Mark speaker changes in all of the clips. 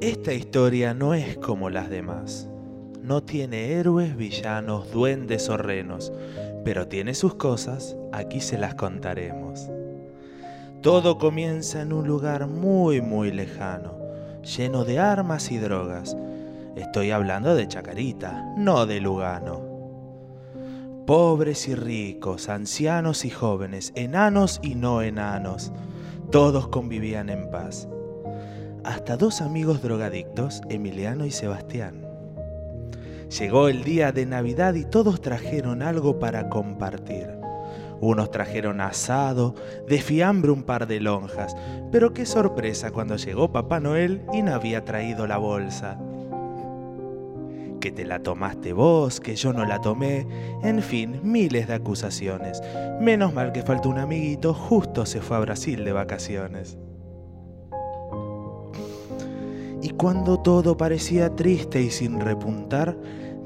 Speaker 1: Esta historia no es como las demás. No tiene héroes, villanos, duendes o renos, pero tiene sus cosas, aquí se las contaremos. Todo comienza en un lugar muy muy lejano, lleno de armas y drogas. Estoy hablando de Chacarita, no de Lugano. Pobres y ricos, ancianos y jóvenes, enanos y no enanos, todos convivían en paz. Hasta dos amigos drogadictos, Emiliano y Sebastián. Llegó el día de Navidad y todos trajeron algo para compartir. Unos trajeron asado, de fiambre un par de lonjas, pero qué sorpresa cuando llegó Papá Noel y no había traído la bolsa que te la tomaste vos, que yo no la tomé, en fin, miles de acusaciones. Menos mal que faltó un amiguito, justo se fue a Brasil de vacaciones. Y cuando todo parecía triste y sin repuntar,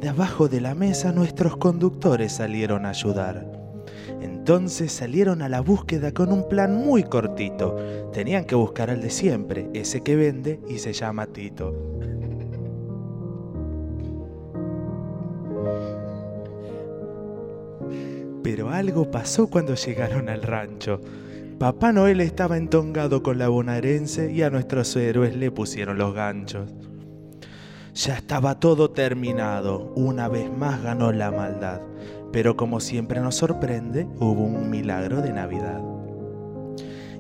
Speaker 1: de abajo de la mesa nuestros conductores salieron a ayudar. Entonces salieron a la búsqueda con un plan muy cortito. Tenían que buscar al de siempre, ese que vende y se llama Tito. Pero algo pasó cuando llegaron al rancho. Papá Noel estaba entongado con la bonaerense y a nuestros héroes le pusieron los ganchos. Ya estaba todo terminado. Una vez más ganó la maldad. Pero como siempre nos sorprende, hubo un milagro de Navidad.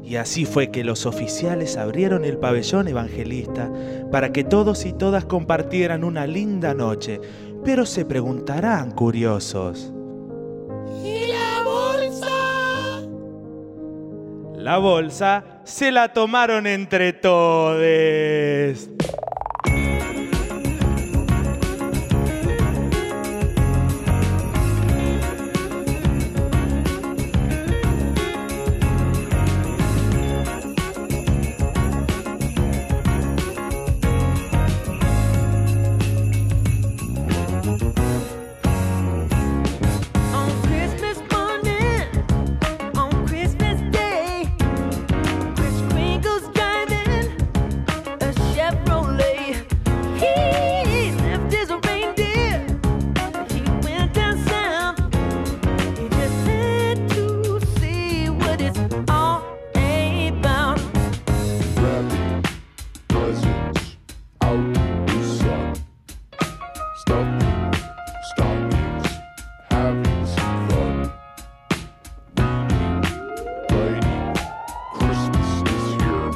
Speaker 1: Y así fue que los oficiales abrieron el pabellón evangelista para que todos y todas compartieran una linda noche. Pero se preguntarán, curiosos, La bolsa se la tomaron entre todos.
Speaker 2: On Christmas morning, on Christmas Day, Kris Kringle's driving a Chevrolet. He left his reindeer. He went down south. He just had to see what it's all about.
Speaker 3: Wrapping presents out the sun. Stuffing stockings, having some fun. Reading, writing, Christmas is here.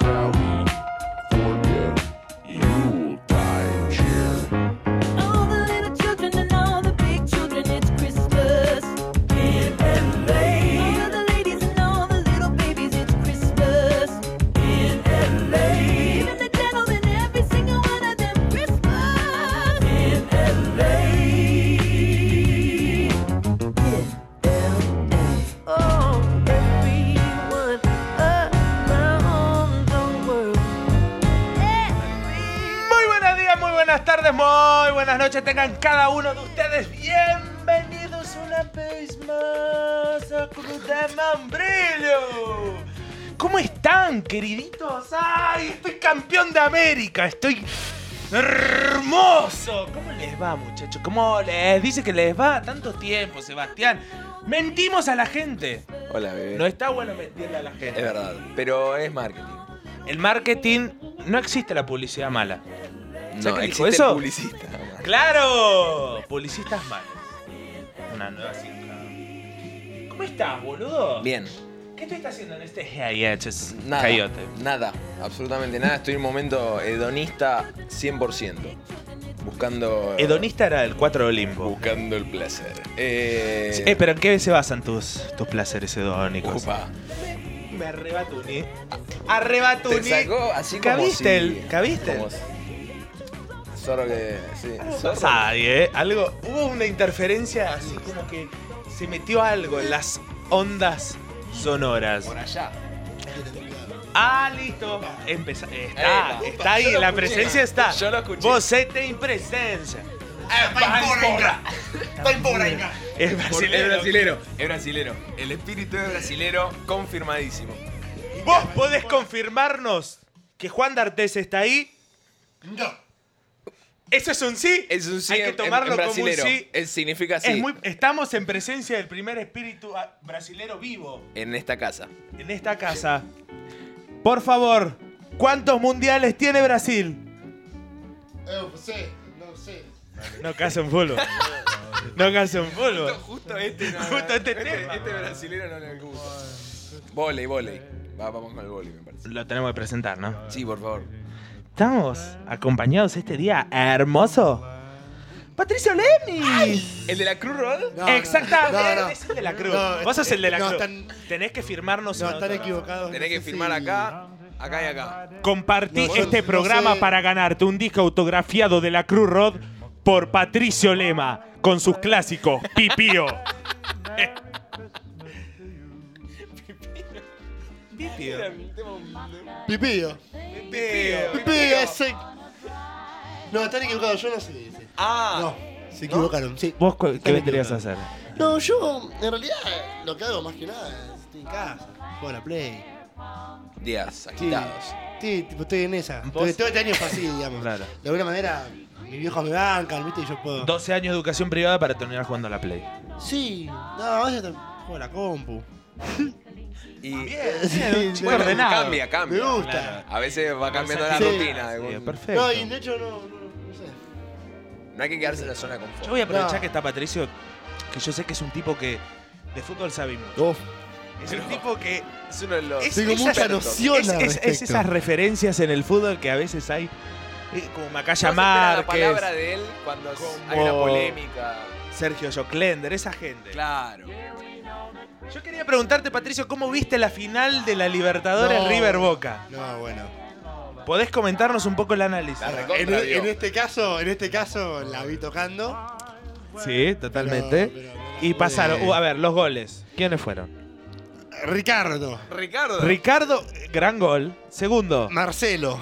Speaker 3: Can we forget Yuletide cheer?
Speaker 2: All the little children and all the big children, it's Christmas. Give them lay. All the ladies and all the little babies, it's Christmas. Give them lay. Even the gentlemen, every single one of them, Christmas. Give them lay. Oh, everyone around the world. Everyone.
Speaker 1: Muy buenos días, muy buenas tardes, muy buenas noches. Tengan cada uno de ustedes bienvenidos una vez más a Cruz de Mambrillo. ¿Cómo están, queriditos? ¡Ay, estoy campeón de América! Estoy hermoso. ¿Cómo les va, muchachos? ¿Cómo les dice que les va? Tanto tiempo, Sebastián. Mentimos a la gente.
Speaker 4: Hola, bebé.
Speaker 1: No está bueno mentirle a la gente.
Speaker 4: Es verdad, pero es marketing.
Speaker 1: El marketing no existe la publicidad mala. ¿Sabes
Speaker 4: No,
Speaker 1: qué dijo
Speaker 4: existe
Speaker 1: eso?
Speaker 4: el publicista.
Speaker 1: ¡Claro! Publicistas malos. Una nueva cinta. ¿Cómo estás, boludo?
Speaker 4: Bien.
Speaker 1: ¿Qué tú estás haciendo en este hiatus?
Speaker 4: Nada.
Speaker 1: Cayote.
Speaker 4: Nada. Absolutamente nada. Estoy en un momento hedonista 100%. Buscando.
Speaker 1: Hedonista era el 4 de Olimpo.
Speaker 4: Buscando el placer. Eh.
Speaker 1: Sí, Eh, pero ¿en qué se basan tus, tus placeres hedónicos?
Speaker 4: upa.
Speaker 1: Me arrebatuní. Arrebatuní.
Speaker 4: Te sacó así como
Speaker 1: ¿Cabiste
Speaker 4: si-
Speaker 1: el- cabiste? Ah,
Speaker 4: como si- Zorro que. Sí. zorro.
Speaker 1: Sabe, ¿eh? Algo, hubo una interferencia así como que se metió algo en las ondas sonoras.
Speaker 4: Por allá.
Speaker 1: Ah, listo. Empeza- eh, Está,
Speaker 4: Epa.
Speaker 1: está ahí,
Speaker 4: Yo lo
Speaker 1: la
Speaker 4: escuché.
Speaker 1: presencia está.
Speaker 4: Yo lo escuché.
Speaker 1: Vocete in presencia. Es
Speaker 4: Por-
Speaker 1: brasileño.
Speaker 4: Es brasilero. Es brasilero. El espíritu es brasilero, confirmadísimo.
Speaker 1: Vos podés confirmarnos que Juan D'Artes está ahí.
Speaker 5: No.
Speaker 1: ¿Eso es un sí?
Speaker 4: Es un sí
Speaker 1: Hay que
Speaker 4: en- en-
Speaker 1: tomarlo
Speaker 4: en
Speaker 1: como un
Speaker 4: brasilero.
Speaker 1: sí.
Speaker 4: Es- significa sí
Speaker 1: Es muy- estamos en presencia del primer espíritu ah, brasilero vivo
Speaker 4: en esta casa.
Speaker 1: en esta casa. Por favor, ¿cuántos mundiales tiene Brasil?
Speaker 5: Eu sei, não sei.
Speaker 1: No caso en fútbol. No caso en fútbol.
Speaker 4: Justo este,
Speaker 1: no- Justo este este- tema.
Speaker 4: brasilero no le gusta. Voley, voley. Va, vamos con el voley, me parece.
Speaker 1: Lo tenemos que presentar, ¿no?
Speaker 4: Sí, por favor.
Speaker 1: Estamos acompañados este día hermoso. Patricio Lemis.
Speaker 4: ¿El de la Cruz Road?
Speaker 5: No, no,
Speaker 1: Exactamente.
Speaker 5: no, no.
Speaker 1: Es el de la cruz.
Speaker 5: No,
Speaker 1: Vos sos el de la
Speaker 5: no,
Speaker 1: cruz.
Speaker 5: están-
Speaker 1: Tenés que firmarnos.
Speaker 5: No,
Speaker 1: un
Speaker 5: están
Speaker 1: autógrafo.
Speaker 5: equivocados.
Speaker 4: Tenés que
Speaker 5: No sé
Speaker 4: firmar
Speaker 5: si-
Speaker 4: acá, acá y acá.
Speaker 1: Compartí
Speaker 5: No, yo
Speaker 1: este
Speaker 5: no
Speaker 1: programa
Speaker 5: sé.
Speaker 1: para ganarte un disco autografiado de la Cruz Rod por Patricio Lema con sus clásicos Pipío. Pipío.
Speaker 5: Pipío. Pipío, ¿eh? ese. No, están equivocados, yo no sé. dice.
Speaker 4: Ah,
Speaker 5: No, se equivocaron, sí.
Speaker 1: ¿Vos cu- qué
Speaker 5: Están
Speaker 1: vendrías a
Speaker 5: equivocados.
Speaker 1: hacer?
Speaker 5: No, yo en realidad eh, lo que hago más que nada es estoy en casa, juego a la play.
Speaker 4: días
Speaker 5: Sí,
Speaker 4: agitados.
Speaker 5: sí, tipo, estoy en esa.
Speaker 1: ¿Vos?
Speaker 5: Estoy, estoy este año fue así, digamos.
Speaker 1: Claro.
Speaker 5: De alguna manera, mis viejos me bancan, ¿viste? Y yo puedo.
Speaker 1: 12 años de educación privada para terminar jugando a la Play.
Speaker 5: Sí, no, a veces te- juego a la compu.
Speaker 4: Y eh,
Speaker 5: Sí,
Speaker 1: chico ordenado.
Speaker 4: cambia, cambia.
Speaker 5: Me gusta.
Speaker 1: Claro.
Speaker 4: A veces va cambiando la
Speaker 5: Sí.
Speaker 4: rutina.
Speaker 1: Sí,
Speaker 4: algún-
Speaker 1: perfecto.
Speaker 5: No, y de hecho no, no, no sé.
Speaker 4: No hay que quedarse en la zona de
Speaker 1: Yo
Speaker 4: confort.
Speaker 1: voy a aprovechar
Speaker 5: No.
Speaker 1: que está Patricio, que yo sé que es un tipo que de fútbol sabe mucho.
Speaker 5: Uf,
Speaker 1: Es un tipo que
Speaker 4: Es uno de los.
Speaker 1: Es-
Speaker 5: tengo
Speaker 1: esas-
Speaker 5: mucha
Speaker 1: es-
Speaker 5: noción
Speaker 1: es,
Speaker 5: al
Speaker 1: es- es
Speaker 5: respecto.
Speaker 1: esas referencias en el fútbol que a veces hay, eh, como Macaya
Speaker 4: Vamos a esperar la
Speaker 1: Márquez,
Speaker 4: palabra de él cuando s-
Speaker 1: Como-
Speaker 4: hay una polémica.
Speaker 1: Sergio Joclender, esa gente.
Speaker 4: Claro.
Speaker 1: Yo quería preguntarte, Patricio, ¿cómo viste la final de la Libertadores
Speaker 5: No.
Speaker 1: River Boca?
Speaker 5: No, bueno.
Speaker 1: ¿Podés comentarnos un poco el análisis?
Speaker 4: La recontra
Speaker 5: En, en
Speaker 4: dio.
Speaker 5: este caso, en este caso la vi tocando.
Speaker 1: Sí, totalmente.
Speaker 5: Pero- pero-
Speaker 1: y pasaron,
Speaker 5: Eh,
Speaker 1: uh, a ver, los goles. ¿Quiénes fueron?
Speaker 5: Ricardo,
Speaker 4: Ricardo.
Speaker 1: Ricardo, eh, gran gol. Segundo,
Speaker 5: Marcelo,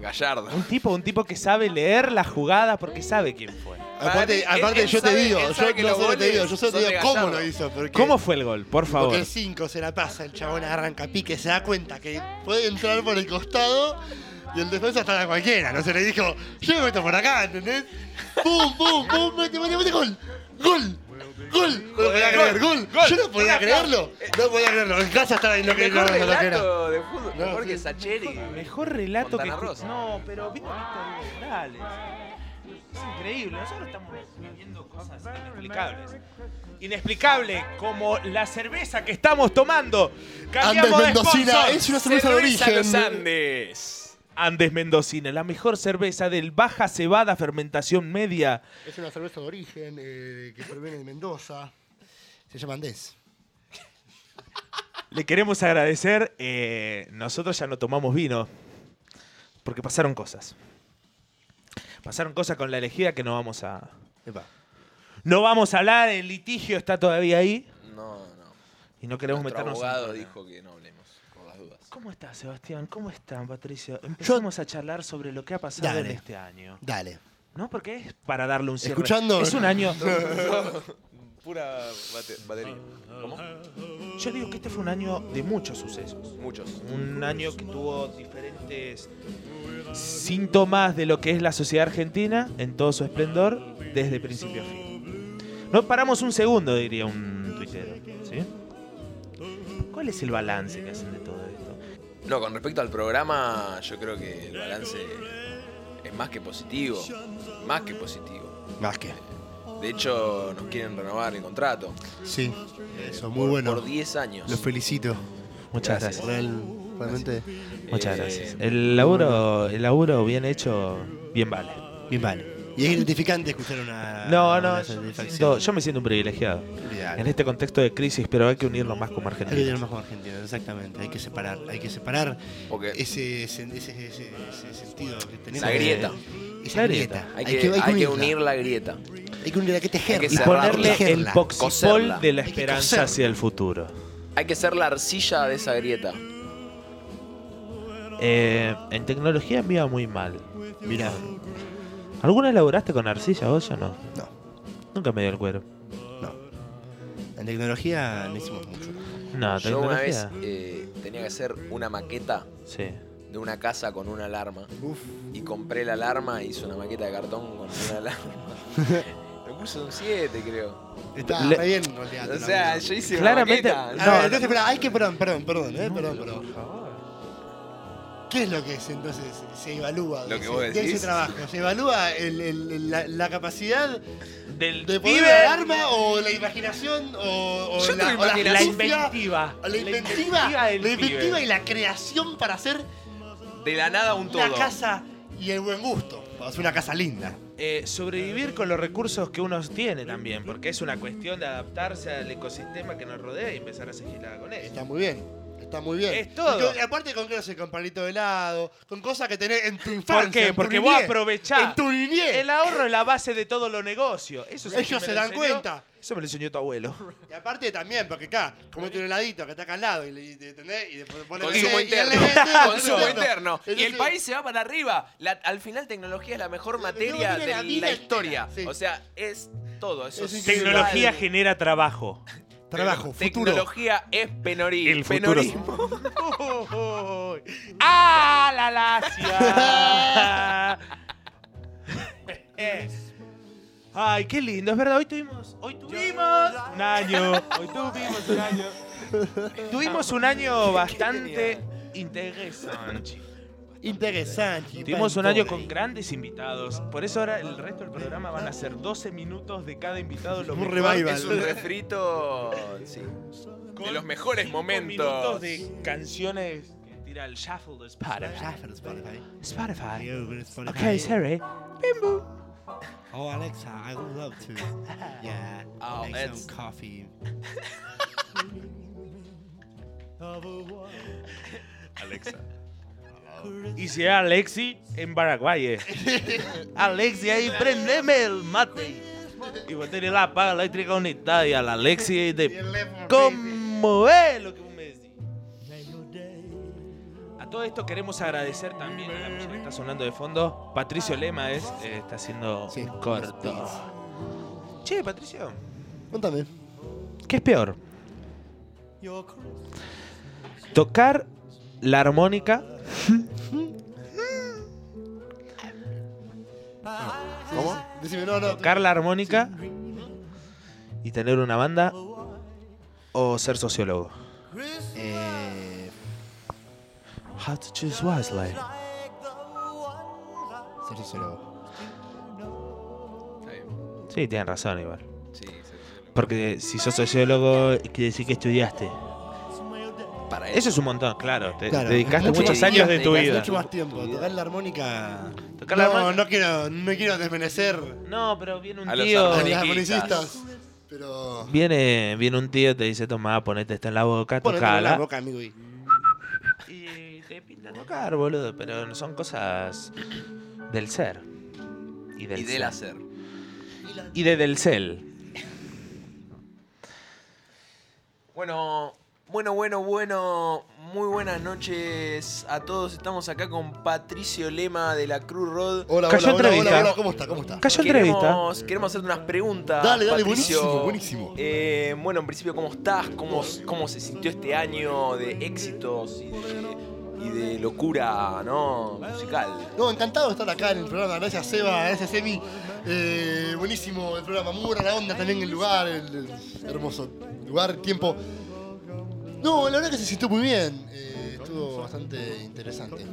Speaker 4: Gallardo.
Speaker 1: un tipo, un tipo que sabe leer las jugadas porque sabe quién fue.
Speaker 5: Aparte,
Speaker 4: mí,
Speaker 5: aparte
Speaker 4: él- él
Speaker 5: yo te
Speaker 4: sabe-
Speaker 5: digo,
Speaker 4: él
Speaker 5: yo
Speaker 4: sabe que
Speaker 5: no
Speaker 4: los
Speaker 5: solo te
Speaker 4: goles
Speaker 5: digo, yo solo te
Speaker 4: son de
Speaker 5: digo cómo
Speaker 4: Gallardo.
Speaker 5: lo hizo. Porque,
Speaker 1: ¿Cómo fue el gol? Por favor.
Speaker 5: Porque el 5 se la pasa, el chabón arranca pique, se da cuenta que puede entrar por el costado y el defensa está a cualquiera. No se le dijo, yo me meto por acá, ¿entendés? ¡Pum, pum, pum! ¡Mete, mete, mete! ¡Gol! ¡Gol! ¡Gol! No lo
Speaker 4: eh,
Speaker 5: podía creer, gol. Yo no podía creerlo. No podía creerlo. En casa estaba viendo que no,
Speaker 4: Mejor
Speaker 5: no lo que era.
Speaker 4: relato de fútbol.
Speaker 5: No,
Speaker 4: Mejor
Speaker 5: sí.
Speaker 4: que Sacheri.
Speaker 1: Mejor relato
Speaker 4: Fontana
Speaker 1: que. escu-
Speaker 4: Rosa.
Speaker 1: No, pero viste, viste Morales. Es increíble. Nosotros estamos viviendo cosas inexplicables. Inexplicable como la cerveza que estamos tomando.
Speaker 5: Andes
Speaker 1: Cambiamos de
Speaker 5: Mendocina
Speaker 1: sponsor.
Speaker 5: es una cerveza de
Speaker 4: Los
Speaker 5: origen.
Speaker 4: Andes.
Speaker 1: Andes Mendocina, la mejor cerveza del baja cebada fermentación media.
Speaker 5: Es una cerveza de origen eh, que proviene de Mendoza. Se llama Andés.
Speaker 1: Le queremos agradecer. eh, nosotros ya no tomamos vino. Porque pasaron cosas. Pasaron cosas con la elegida que no vamos a. No vamos a hablar, el litigio está todavía ahí.
Speaker 4: No, no.
Speaker 1: Y no queremos
Speaker 4: Nuestro
Speaker 1: meternos. en
Speaker 4: abogado
Speaker 1: problema.
Speaker 4: dijo que no hablemos, por las dudas.
Speaker 1: ¿Cómo estás, Sebastián? ¿Cómo están, Patricio? Empezamos a charlar sobre lo que ha pasado
Speaker 5: Dale.
Speaker 1: en este año.
Speaker 5: Dale.
Speaker 1: ¿No? Porque es para darle un cierre.
Speaker 5: Escuchando-
Speaker 1: Es un año.
Speaker 4: Pura bate- batería. ¿Cómo?
Speaker 1: Yo digo que este fue un año de muchos sucesos.
Speaker 4: Muchos.
Speaker 1: un año que tuvo diferentes síntomas de lo que es la sociedad argentina en todo su esplendor desde principio a fin. No paramos un segundo, diría un tuitero. ¿sí? ¿Cuál es el balance que hacen de todo esto?
Speaker 4: No, con respecto al programa, yo creo que el balance es más que positivo. Más que positivo.
Speaker 5: Más que.
Speaker 4: De hecho, nos quieren renovar el contrato.
Speaker 5: Sí. Eso, muy
Speaker 4: por,
Speaker 5: bueno.
Speaker 4: Por 10 años.
Speaker 5: Los felicito.
Speaker 1: Muchas gracias.
Speaker 4: Gracias.
Speaker 5: Por él, realmente.
Speaker 1: Muchas
Speaker 4: Eh,
Speaker 1: gracias. El laburo, el laburo bien hecho, bien vale. Ah,
Speaker 5: Bien, vale. Y es gratificante escuchar una.
Speaker 1: No,
Speaker 5: una
Speaker 1: no, yo me,
Speaker 5: satisfacción.
Speaker 1: siento, yo me siento un privilegiado
Speaker 5: Olvidar.
Speaker 1: en este contexto de crisis, pero hay que unirnos más como
Speaker 5: Hay que tener
Speaker 1: argentinos.
Speaker 5: más como argentinos, exactamente. Hay que separar, hay que separar
Speaker 4: Porque
Speaker 5: ese, sen- ese, ese, ese sentido que tenemos.
Speaker 4: Esa grieta.
Speaker 5: Esa grieta.
Speaker 1: grieta.
Speaker 4: hay que, hay que unir la grieta.
Speaker 5: Hay que unirla, que tejerla.
Speaker 4: que
Speaker 1: Y
Speaker 4: cerrarla.
Speaker 1: ponerle el
Speaker 5: Tejerla.
Speaker 1: poxipol
Speaker 4: coserla.
Speaker 1: de la
Speaker 5: Hay que
Speaker 1: esperanza
Speaker 5: coserla.
Speaker 1: hacia el futuro.
Speaker 4: Hay que ser la arcilla de esa grieta.
Speaker 1: Eh, en tecnología me iba muy mal.
Speaker 5: Mirá.
Speaker 1: ¿Alguna elaboraste con arcilla vos? Yo no.
Speaker 5: No,
Speaker 1: Nunca me dio el cuero.
Speaker 5: no. En tecnología no hicimos mucho.
Speaker 1: No,
Speaker 4: Yo una vez
Speaker 1: tecnología.
Speaker 4: eh, tenía que hacer una maqueta
Speaker 1: Sí.
Speaker 4: de una casa con una alarma.
Speaker 5: Uf.
Speaker 4: Y compré la alarma, hice una maqueta de cartón con una alarma. Me puso un 7, creo.
Speaker 5: Está
Speaker 1: Le-
Speaker 5: re bien roleando.
Speaker 4: O
Speaker 5: la
Speaker 4: sea,
Speaker 5: verdad.
Speaker 4: yo hice
Speaker 1: Claramente-
Speaker 4: una
Speaker 5: A
Speaker 4: maqueta. Ah,
Speaker 1: no,
Speaker 5: ver, entonces, espera, hay que, perdón, perdón, perdón, eh, perdón, perdón.
Speaker 1: Por favor.
Speaker 5: ¿Qué es lo que es entonces? Se evalúa. de
Speaker 4: Lo que
Speaker 5: ese-
Speaker 4: vos
Speaker 5: De ese
Speaker 4: decís.
Speaker 5: trabajo. ¿Se evalúa el- el- el- la, la capacidad
Speaker 6: Del
Speaker 5: de poder
Speaker 6: pibe,
Speaker 5: de alarma o la imaginación o, o
Speaker 4: Yo
Speaker 5: la,
Speaker 4: tengo
Speaker 5: o la
Speaker 4: imaginación.
Speaker 6: la
Speaker 5: astucia,
Speaker 6: inventiva.
Speaker 5: o La inventiva, la
Speaker 6: del
Speaker 5: inventiva
Speaker 6: pibe.
Speaker 5: y la creación para hacer
Speaker 4: De la nada un todo.
Speaker 5: una casa y el buen gusto. Para hacer una casa linda.
Speaker 1: Eh, sobrevivir con los recursos que uno tiene también, porque es una cuestión de adaptarse al ecosistema que nos rodea y empezar a hacer gilada con él.
Speaker 5: Está muy bien. Está muy bien.
Speaker 1: Es todo.
Speaker 5: Y con- aparte con qué no sé, con palito de helado, con cosas que tenés en tu infancia.
Speaker 1: ¿Por qué?
Speaker 5: en tu
Speaker 1: Porque vos
Speaker 5: niñez,
Speaker 1: aprovechás.
Speaker 5: En tu niñez.
Speaker 1: El ahorro es la base de todos los negocios. Eso sí que
Speaker 5: Ellos
Speaker 1: me
Speaker 5: se
Speaker 1: lo
Speaker 5: dan
Speaker 1: enseñó-
Speaker 5: cuenta.
Speaker 1: Eso me lo enseñó tu abuelo.
Speaker 5: Y aparte también, porque acá, comete un heladito que está acá al lado y, le- y te- ¿entendés? y después pone
Speaker 4: Consumo interno. Consumo interno. Y el país se va para arriba. La- al final, tecnología es la mejor
Speaker 5: No,
Speaker 4: materia
Speaker 5: tiene
Speaker 4: de
Speaker 5: la
Speaker 4: la,
Speaker 5: vida
Speaker 4: historia.
Speaker 5: entera, sí.
Speaker 4: O sea, es todo. Eso
Speaker 5: Es increíble.
Speaker 6: Tecnología
Speaker 4: global.
Speaker 6: genera trabajo.
Speaker 5: Trabajo, futuro.
Speaker 4: Tecnología es penorismo.
Speaker 6: El futuro.
Speaker 4: Penorismo.
Speaker 6: ¡Ah, la lacia!
Speaker 1: Eh. Ay, qué lindo, es verdad. Hoy tuvimos. Hoy tuvimos.
Speaker 6: un año. Hoy tuvimos un año.
Speaker 1: Tuvimos un año bastante interesante.
Speaker 5: Interesante.
Speaker 1: Tuvimos un año con grandes invitados. Por eso ahora el resto del programa van a ser 12 minutos de cada invitado. Lo
Speaker 5: Un
Speaker 1: mejor.
Speaker 5: revival.
Speaker 4: Ah, Es un refrito sí, de
Speaker 1: Con
Speaker 4: los mejores
Speaker 1: cinco
Speaker 4: momentos.
Speaker 1: minutos de canciones que tira el shuffle de Spotify. Spotify. Ok, Siri.
Speaker 5: Oh, Alexa, I would love to. Yeah,
Speaker 4: Oh, make some it's-
Speaker 5: coffee.
Speaker 6: Y será Alexi en Paraguay.
Speaker 1: Alexi, ahí prendeme el mate. Y vos tenés la paga eléctrica conectada y al Alexi de ¿Cómo es lo que vos me decís? A todo esto queremos agradecer también a la música que está sonando de fondo. Patricio Lema es, eh, está haciendo
Speaker 5: Sí.
Speaker 1: un corto. Che, Patricio,
Speaker 5: Contame.
Speaker 1: ¿qué es peor? Tocar la armónica.
Speaker 5: ¿Cómo? Decime, no, no.
Speaker 1: Tocar la armónica y tener una banda o ser sociólogo.
Speaker 5: Eh,
Speaker 1: How to choose wisely.
Speaker 5: ser sociólogo.
Speaker 4: Está bien.
Speaker 1: Sí, tienen razón igual.
Speaker 4: Sí, sí,
Speaker 1: Porque si sos sociólogo, quiere decir que estudiaste.
Speaker 4: sí. Para
Speaker 1: Eso es un montón, claro. Te,
Speaker 5: Claro.
Speaker 1: te dedicaste
Speaker 5: Mucho
Speaker 1: muchos
Speaker 5: más
Speaker 1: años
Speaker 4: tiempo,
Speaker 1: de tu
Speaker 4: dedicaste
Speaker 1: vida.
Speaker 5: Mucho más tiempo. Tocar la armónica.
Speaker 1: Tocar la
Speaker 5: no,
Speaker 1: armónica.
Speaker 5: no quiero, no quiero desmerecer
Speaker 1: No, pero viene un
Speaker 4: A los
Speaker 1: tío.
Speaker 5: a los
Speaker 4: Armoniquistas.
Speaker 5: armonicistas. Pero.
Speaker 1: Viene, viene un tío, te dice, tomá, ponete esto en la boca,
Speaker 5: Bueno, tengo la
Speaker 1: tocala.
Speaker 5: boca, amigo. y-
Speaker 1: Y te pinta tocar, boludo. Pero son cosas del ser. Y del
Speaker 4: Y del
Speaker 1: ser.
Speaker 4: hacer.
Speaker 1: Y de del cel.
Speaker 4: Bueno, bueno, bueno, bueno. Muy buenas noches a todos. Estamos acá con Patricio Lema de la Cruz Road.
Speaker 5: Hola,
Speaker 1: Cayó
Speaker 5: hola, hola,
Speaker 1: entrevista.
Speaker 5: hola, hola, ¿cómo está? ¿Cómo está?
Speaker 1: Cayó entrevista.
Speaker 4: Queremos, queremos hacerte unas preguntas.
Speaker 5: Dale, dale,
Speaker 4: Patricio.
Speaker 5: buenísimo, buenísimo.
Speaker 4: Eh, bueno, en principio, ¿cómo estás? ¿Cómo, ¿Cómo se sintió este año de éxitos y de, y de locura ¿no? musical?
Speaker 5: No, encantado de estar acá en el programa. Gracias, Seba, gracias, Emi. Eh, buenísimo el programa. Muy buena la onda también el lugar, el, el hermoso lugar, tiempo. No, la verdad que se sintió muy bien. Eh, estuvo bastante interesante.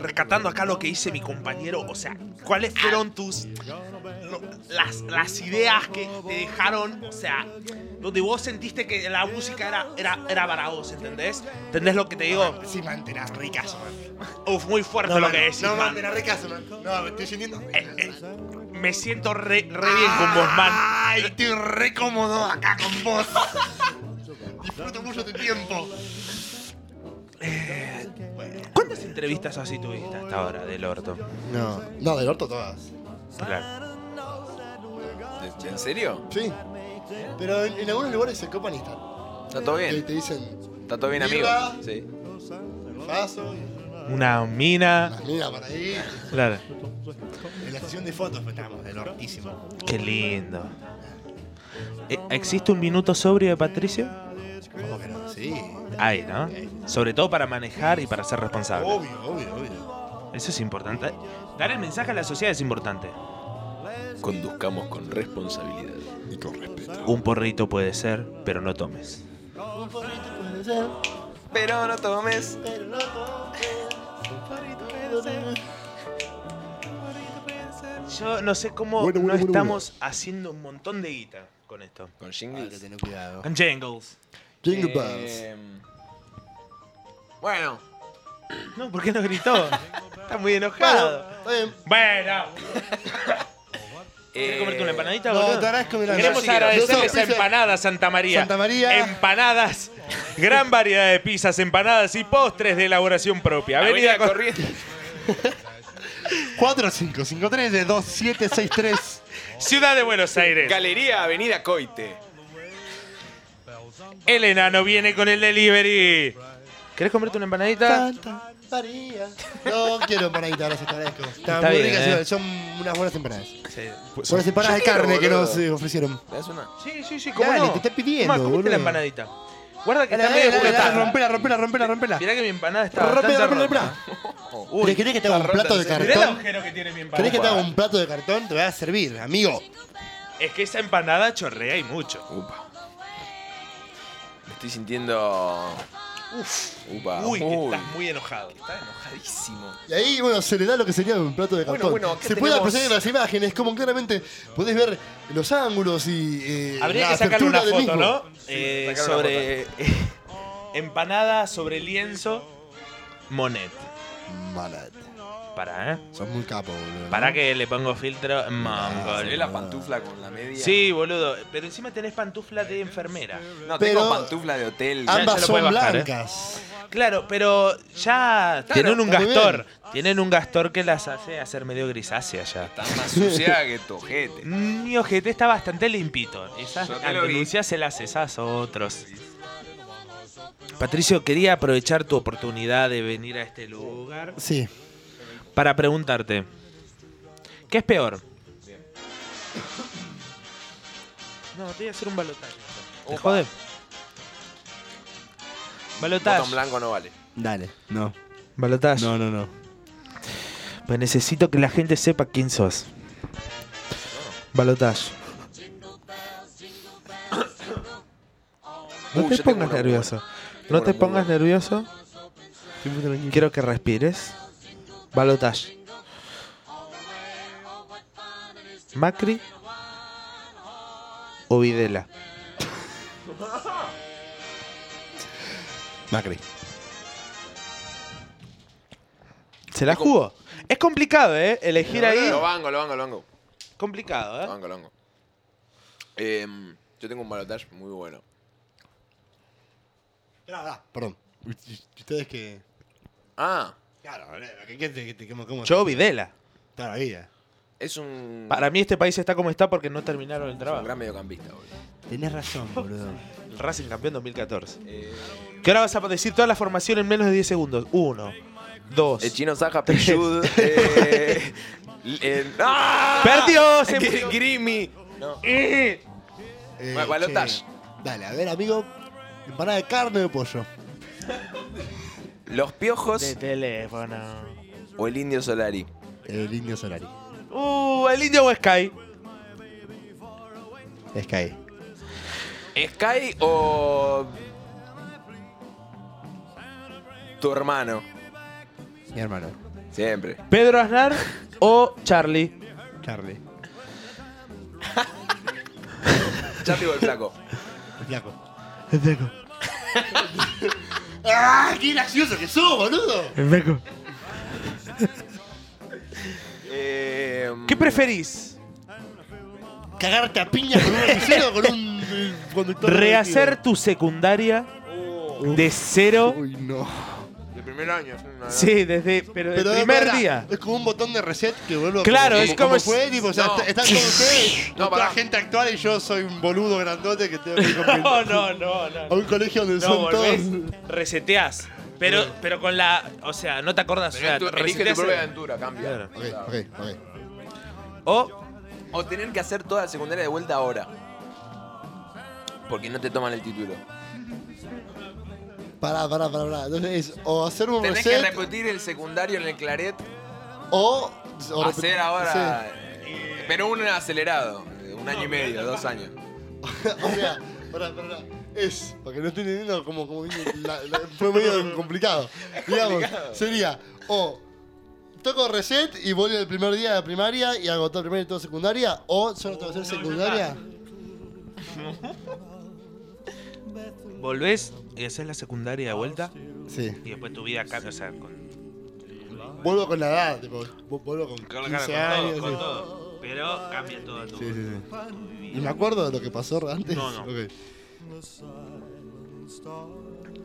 Speaker 1: rescatando acá lo que dice mi compañero, o sea, ¿cuáles fueron tus lo- las, las ideas que te dejaron, o sea, donde vos sentiste que la música era, era, era para vos, ¿entendés? ¿Entendés lo que te digo?
Speaker 5: Sí, man, tenés ricazo, man.
Speaker 1: Uf, muy fuerte
Speaker 5: No,
Speaker 1: lo
Speaker 5: man,
Speaker 1: que decís,
Speaker 5: no, man,
Speaker 1: man.
Speaker 5: tenés ricazo, man. No, me estoy sintiendo.
Speaker 1: Eh, eh, me siento re, re bien con vos, man.
Speaker 5: Ay, estoy re cómodo acá con vos. Disfruto mucho tu tiempo.
Speaker 1: Eh, ¿Cuántas entrevistas así tuviste hasta ahora del orto?
Speaker 5: No, no, del orto todas.
Speaker 1: Claro.
Speaker 4: ¿En serio?
Speaker 5: Sí. Pero en, en algunos lugares se copan y están.
Speaker 4: ¿Está todo
Speaker 5: Te,
Speaker 4: bien?
Speaker 5: te dicen
Speaker 4: ¿Está todo bien, amigo?
Speaker 5: Mira.
Speaker 4: Sí.
Speaker 5: faso,
Speaker 1: Una mina.
Speaker 5: las minas para ahí.
Speaker 1: Claro.
Speaker 5: En la sesión de fotos pues, estábamos del hortísimo.
Speaker 1: Qué lindo. Eh, ¿Existe un minuto sobrio de Patricio?
Speaker 5: ¿Cómo que no? Sí.
Speaker 1: Hay, ¿no? Sobre todo para manejar y para ser responsable.
Speaker 5: Obvio, obvio, obvio.
Speaker 1: Eso es importante. Dar el mensaje a la sociedad es importante.
Speaker 7: Conduzcamos con responsabilidad. Y con respeto.
Speaker 1: Un porrito puede ser, pero no tomes.
Speaker 5: Un porrito puede ser,
Speaker 4: Pero no tomes.
Speaker 5: pero no
Speaker 1: Yo no sé cómo
Speaker 3: Bueno,
Speaker 1: no
Speaker 3: bueno, bueno,
Speaker 1: estamos haciendo un montón de guita con esto.
Speaker 7: Con jingles.
Speaker 5: tener cuidado.
Speaker 1: Con jingles.
Speaker 5: Jingle
Speaker 4: Eh,
Speaker 5: bells.
Speaker 4: Bueno,
Speaker 1: No, ¿por qué no gritó? Está muy enojado.
Speaker 5: Bueno, está bien.
Speaker 8: Bueno,
Speaker 4: eh,
Speaker 1: ¿Quieres comerte una empanadita,
Speaker 5: No,
Speaker 1: boludo?
Speaker 5: te agradezco, mirá,
Speaker 1: Queremos
Speaker 5: yo- yo soy-
Speaker 8: agradecerles a
Speaker 5: soy-
Speaker 8: Empanadas Santa María.
Speaker 5: Santa María.
Speaker 8: Empanadas. Gran variedad de pizzas, empanadas y postres de elaboración propia.
Speaker 4: Avenida
Speaker 8: Avenida, Cor-
Speaker 4: Corrientes.
Speaker 5: 4553 2763.
Speaker 8: Ciudad de Buenos Aires.
Speaker 4: Galería Avenida Coite.
Speaker 8: El enano viene con el delivery.
Speaker 1: ¿Querés comerte una empanadita?
Speaker 5: Santa María. No quiero empanaditas, las agradezco. Están
Speaker 1: Está
Speaker 5: muy
Speaker 1: bien,
Speaker 5: ricas,
Speaker 1: eh.
Speaker 5: son unas buenas empanadas.
Speaker 1: Sí.
Speaker 5: Buenas empanadas de
Speaker 7: Yo quiero,
Speaker 5: carne que
Speaker 7: boludo.
Speaker 5: nos eh, ofrecieron.
Speaker 4: ¿Te das una?
Speaker 1: Sí, sí, sí, cómo
Speaker 5: Dale,
Speaker 1: no.
Speaker 5: te está pidiendo,
Speaker 1: Tomá, comete la
Speaker 5: boludo.
Speaker 1: empanadita. Guarda que
Speaker 5: Dale,
Speaker 1: está
Speaker 5: dale,
Speaker 1: medio
Speaker 5: dale, dale,
Speaker 1: juguetada.
Speaker 5: rompela, rompela, rompela, rompela.
Speaker 1: Mirá que mi empanada está bastante
Speaker 5: Rompela, rompela,
Speaker 1: rota.
Speaker 5: rompela. ¿Te querés que te haga un
Speaker 4: está
Speaker 5: plato
Speaker 4: rota,
Speaker 5: de
Speaker 4: en serio.
Speaker 8: Mirá el
Speaker 5: cartón?
Speaker 8: agujero que tiene mi empanada.
Speaker 5: ¿Querés que te haga un plato de cartón? Te va a servir, amigo.
Speaker 8: Es que esa empanada chorrea y mucho.
Speaker 7: Upa.
Speaker 4: Me estoy sintiendo. Uf.
Speaker 5: Ah,
Speaker 4: Upa.
Speaker 8: Uy, que
Speaker 4: Uy.
Speaker 8: estás muy enojado.
Speaker 4: Está enojadísimo.
Speaker 5: Y ahí, bueno, se le da lo que sería un plato de
Speaker 4: Bueno,
Speaker 5: cartón.
Speaker 4: bueno, ¿qué
Speaker 5: se puede
Speaker 4: tenemos?
Speaker 5: apreciar en las imágenes, como claramente podés ver los ángulos y eh,
Speaker 8: Habría
Speaker 5: la
Speaker 8: que sacarle una
Speaker 5: apertura del
Speaker 8: foto,
Speaker 5: mismo.
Speaker 8: ¿no?
Speaker 1: Eh,
Speaker 4: sacaron la
Speaker 1: sobre empanada sobre lienzo Monet.
Speaker 5: Malat.
Speaker 1: Para, ¿eh?
Speaker 5: Sos muy capo, boludo.
Speaker 1: Para que le pongo filtro mango.
Speaker 4: ¿Ves la pantufla con la media?
Speaker 1: Sí, boludo, pero encima tenés pantufla de enfermera.
Speaker 4: No,
Speaker 5: Pero-
Speaker 4: tengo pantufla de hotel.
Speaker 1: Ah,
Speaker 5: Ambas
Speaker 1: ya lo
Speaker 5: son
Speaker 1: puede bajar, ¿eh?
Speaker 5: blancas.
Speaker 1: Claro, pero ya tienen un
Speaker 5: está muy
Speaker 1: gastor. Tienen un gastor que las hace hacer medio grisácea ya.
Speaker 4: Está más sucia que tu ojete.
Speaker 1: Mi ojete está bastante limpito. Esas
Speaker 4: Yo te lo vi.
Speaker 1: denuncias se las haces a otros. Patricio, quería aprovechar tu oportunidad de venir a este lugar
Speaker 5: Sí.
Speaker 1: para preguntarte, ¿qué es peor? No, te voy a hacer un balotaje. ¿Te
Speaker 4: Opa.
Speaker 1: jode?
Speaker 4: Botón
Speaker 1: Balotaje.
Speaker 4: blanco no vale.
Speaker 5: Dale. No.
Speaker 1: Balotaje.
Speaker 5: no, no.
Speaker 1: Pues necesito que la gente sepa quién sos. Balotaje. No
Speaker 4: Uy,
Speaker 1: te
Speaker 4: yo tengo
Speaker 1: pongas
Speaker 4: una
Speaker 1: nervioso.
Speaker 4: Tengo
Speaker 1: No
Speaker 4: una
Speaker 1: te
Speaker 4: muy
Speaker 1: pongas
Speaker 4: buena.
Speaker 1: nervioso. Quiero que respires. Balotaje. Macri o Videla.
Speaker 5: Macri.
Speaker 1: Se la jugó. Es complicado, ¿eh? Elegir ahí.
Speaker 4: Lo bango, lo bango, lo bango.
Speaker 1: Complicado,
Speaker 4: Lo
Speaker 1: ¿eh?
Speaker 4: bango, lo bango. Em, yo tengo un balotage muy bueno.
Speaker 5: Perdón. Ustedes que.
Speaker 4: Ah,
Speaker 5: Claro, ¿qué, qué, qué, qué, cómo- cómo-
Speaker 1: Yo Videla.
Speaker 5: Toda la vida.
Speaker 4: es un,
Speaker 1: Para mí este país está como está porque no terminaron el
Speaker 4: es un
Speaker 1: trabajo.
Speaker 4: gran mediocampista, boludo.
Speaker 5: Tenés razón, boludo.
Speaker 1: El Racing campeón 2014.
Speaker 4: Eh,
Speaker 1: Que ahora vas a decir toda la formación en menos de 10 segundos. Uno, dos.
Speaker 4: el chino Saja Pichud. eh, el- ¡Ah!
Speaker 1: ¡Perdió! Se
Speaker 4: Gr-
Speaker 1: murió.
Speaker 4: Grimi. No.
Speaker 5: Eh,
Speaker 4: Bueno, balotaje.
Speaker 5: che, Dale, a ver, amigo. Empanada de carne o de pollo.
Speaker 4: Los piojos
Speaker 1: De teléfono.
Speaker 4: o el indio Solari.
Speaker 5: El indio Solari.
Speaker 1: Uh, el indio o Sky.
Speaker 5: Es que ahí.
Speaker 4: Sky o tu hermano.
Speaker 5: Mi hermano.
Speaker 4: Siempre.
Speaker 1: Pedro Aznar o Charlie.
Speaker 5: Charlie.
Speaker 4: Charlie o el flaco.
Speaker 5: El flaco. El flaco. ¡Ah! ¡Qué gracioso que sos, boludo!
Speaker 4: Eh,
Speaker 1: ¿Qué preferís?
Speaker 5: Cagarte a piña con un lapicero o con un eh, conductor.
Speaker 1: ¿Rehacer tu secundaria de cero?
Speaker 5: Uy, no.
Speaker 4: De primer año. sí, no, no.
Speaker 1: Sí, desde pero el
Speaker 5: Pero
Speaker 1: primer
Speaker 5: pará,
Speaker 1: día.
Speaker 5: Es como un botón de reset que vuelve
Speaker 1: Claro,
Speaker 5: como,
Speaker 1: es como-
Speaker 5: fue, tipo, o sea,
Speaker 4: No.
Speaker 5: est- están con ustedes,
Speaker 4: No,
Speaker 5: no, toda
Speaker 4: pará.
Speaker 5: gente actual y yo soy un boludo grandote que tengo que ir con mi-
Speaker 8: No, no, no, no.
Speaker 5: a un colegio donde
Speaker 8: No,
Speaker 5: son todos.
Speaker 8: volvés, reseteás.
Speaker 1: Pero, pero con la. O sea, no te acordás. O, sea,
Speaker 4: Tenés tu- elige tu
Speaker 1: reseteás-
Speaker 4: propia aventura, cambia.
Speaker 1: Claro.
Speaker 5: Ok, ok, ok.
Speaker 1: o
Speaker 4: O tener que hacer toda la secundaria de vuelta ahora. Porque no te toman el título.
Speaker 5: Pará, pará, pará, pará. Entonces es o hacer un
Speaker 4: Tenés que
Speaker 5: reset
Speaker 4: repetir el secundario en el claret,
Speaker 5: o, o repetir-
Speaker 4: hacer ahora.
Speaker 5: sí.
Speaker 4: eh, Pero un acelerado, eh, un año y medio, dos años.
Speaker 5: o sea, pará, pará, pará. Es, porque no estoy entendiendo como, como dice, la- la- fue medio complicado. Digamos, sería o toco reset y voy al primer día de primaria y hago todo primero y todo secundaria, o solo tengo que hacer secundaria.
Speaker 1: Volvés y haces la secundaria de vuelta
Speaker 5: Sí.
Speaker 1: y después tu vida cambia. O sea, con,
Speaker 5: Vuelvo con la edad, tipo, vu- vuelvo con 15 años.
Speaker 1: con
Speaker 5: sí.
Speaker 1: todo. Pero cambia todo tu
Speaker 5: Sí, sí, sí. ¿Y me acuerdo de lo que pasó antes?
Speaker 1: No, no.
Speaker 5: Ok.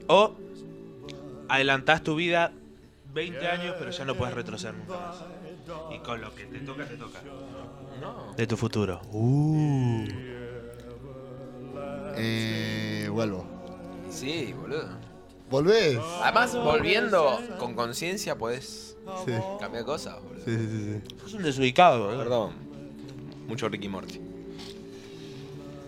Speaker 1: O adelantás tu vida 20 años, pero ya no puedes retroceder nunca más. Y con lo que te toca, te toca. De tu futuro.
Speaker 5: Eh, vuelvo.
Speaker 4: Sí, boludo.
Speaker 5: ¿Volvés?
Speaker 4: Además, volviendo con conciencia podés
Speaker 5: Sí.
Speaker 4: cambiar cosas, boludo.
Speaker 5: Sí, sí, sí. sí.
Speaker 1: Es un desubicado, ¿verdad?
Speaker 4: Perdón. Mucho Ricky Morty.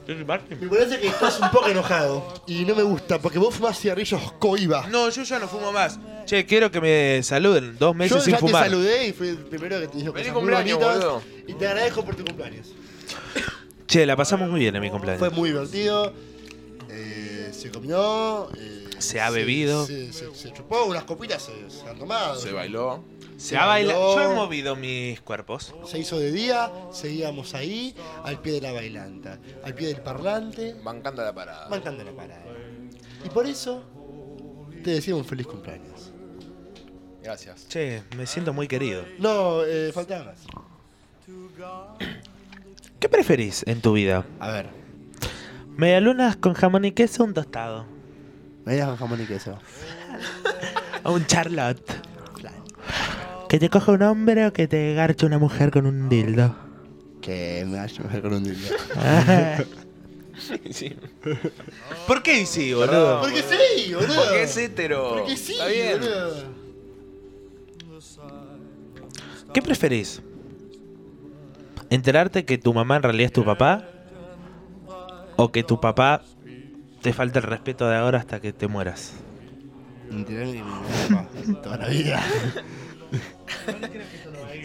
Speaker 5: Me parece que estás un poco enojado. Y no me gusta, porque vos fumás cigarrillos coiba.
Speaker 1: No, yo ya no fumo más. Che, quiero que me saluden. Dos meses
Speaker 5: Yo
Speaker 1: sin
Speaker 5: ya
Speaker 1: fumar.
Speaker 5: te saludé y fui el primero que te dijo
Speaker 4: Feliz
Speaker 5: cosas
Speaker 4: cumpleaños,
Speaker 5: muy bonitas.
Speaker 4: boludo.
Speaker 5: Y te agradezco por tu cumpleaños.
Speaker 1: Che, la pasamos muy bien en mi cumpleaños.
Speaker 5: Fue muy divertido. eh, se comió. eh,
Speaker 1: Se ha bebido.
Speaker 5: Se, se- se chupó unas copitas, se, se han tomado.
Speaker 4: Se
Speaker 5: Se,
Speaker 4: bailó.
Speaker 1: Se ha bailado.
Speaker 5: bailó.
Speaker 1: Yo he movido mis cuerpos.
Speaker 5: hizo de día, seguíamos ahí, al pie de la bailanta, al pie del parlante,
Speaker 4: Bancando la parada.
Speaker 5: bancando la parada. Y por eso te decía un feliz cumpleaños.
Speaker 4: Gracias.
Speaker 1: Che, me siento muy querido.
Speaker 5: No, eh, faltaba más.
Speaker 1: ¿Qué preferís en tu vida?
Speaker 5: A ver,
Speaker 1: ¿Medialunas con jamón y queso o un tostado?
Speaker 5: me dejan jamón y queso.
Speaker 1: ¿O un charlotte? ¿Que te coja un hombre o que te garche una mujer con un dildo?
Speaker 5: Que me vaya mejor con un dildo.
Speaker 1: ¿Por qué sí, boludo?
Speaker 5: Porque sí, boludo.
Speaker 4: Porque es hetero.
Speaker 5: Porque sí,
Speaker 4: Está bien.
Speaker 5: boludo.
Speaker 1: ¿Qué preferís? ¿Enterarte que tu mamá en realidad es tu papá? ¿O que tu papá te falta el respeto de ahora hasta que te mueras?
Speaker 5: Enterarme que mi mamá me toda la vida.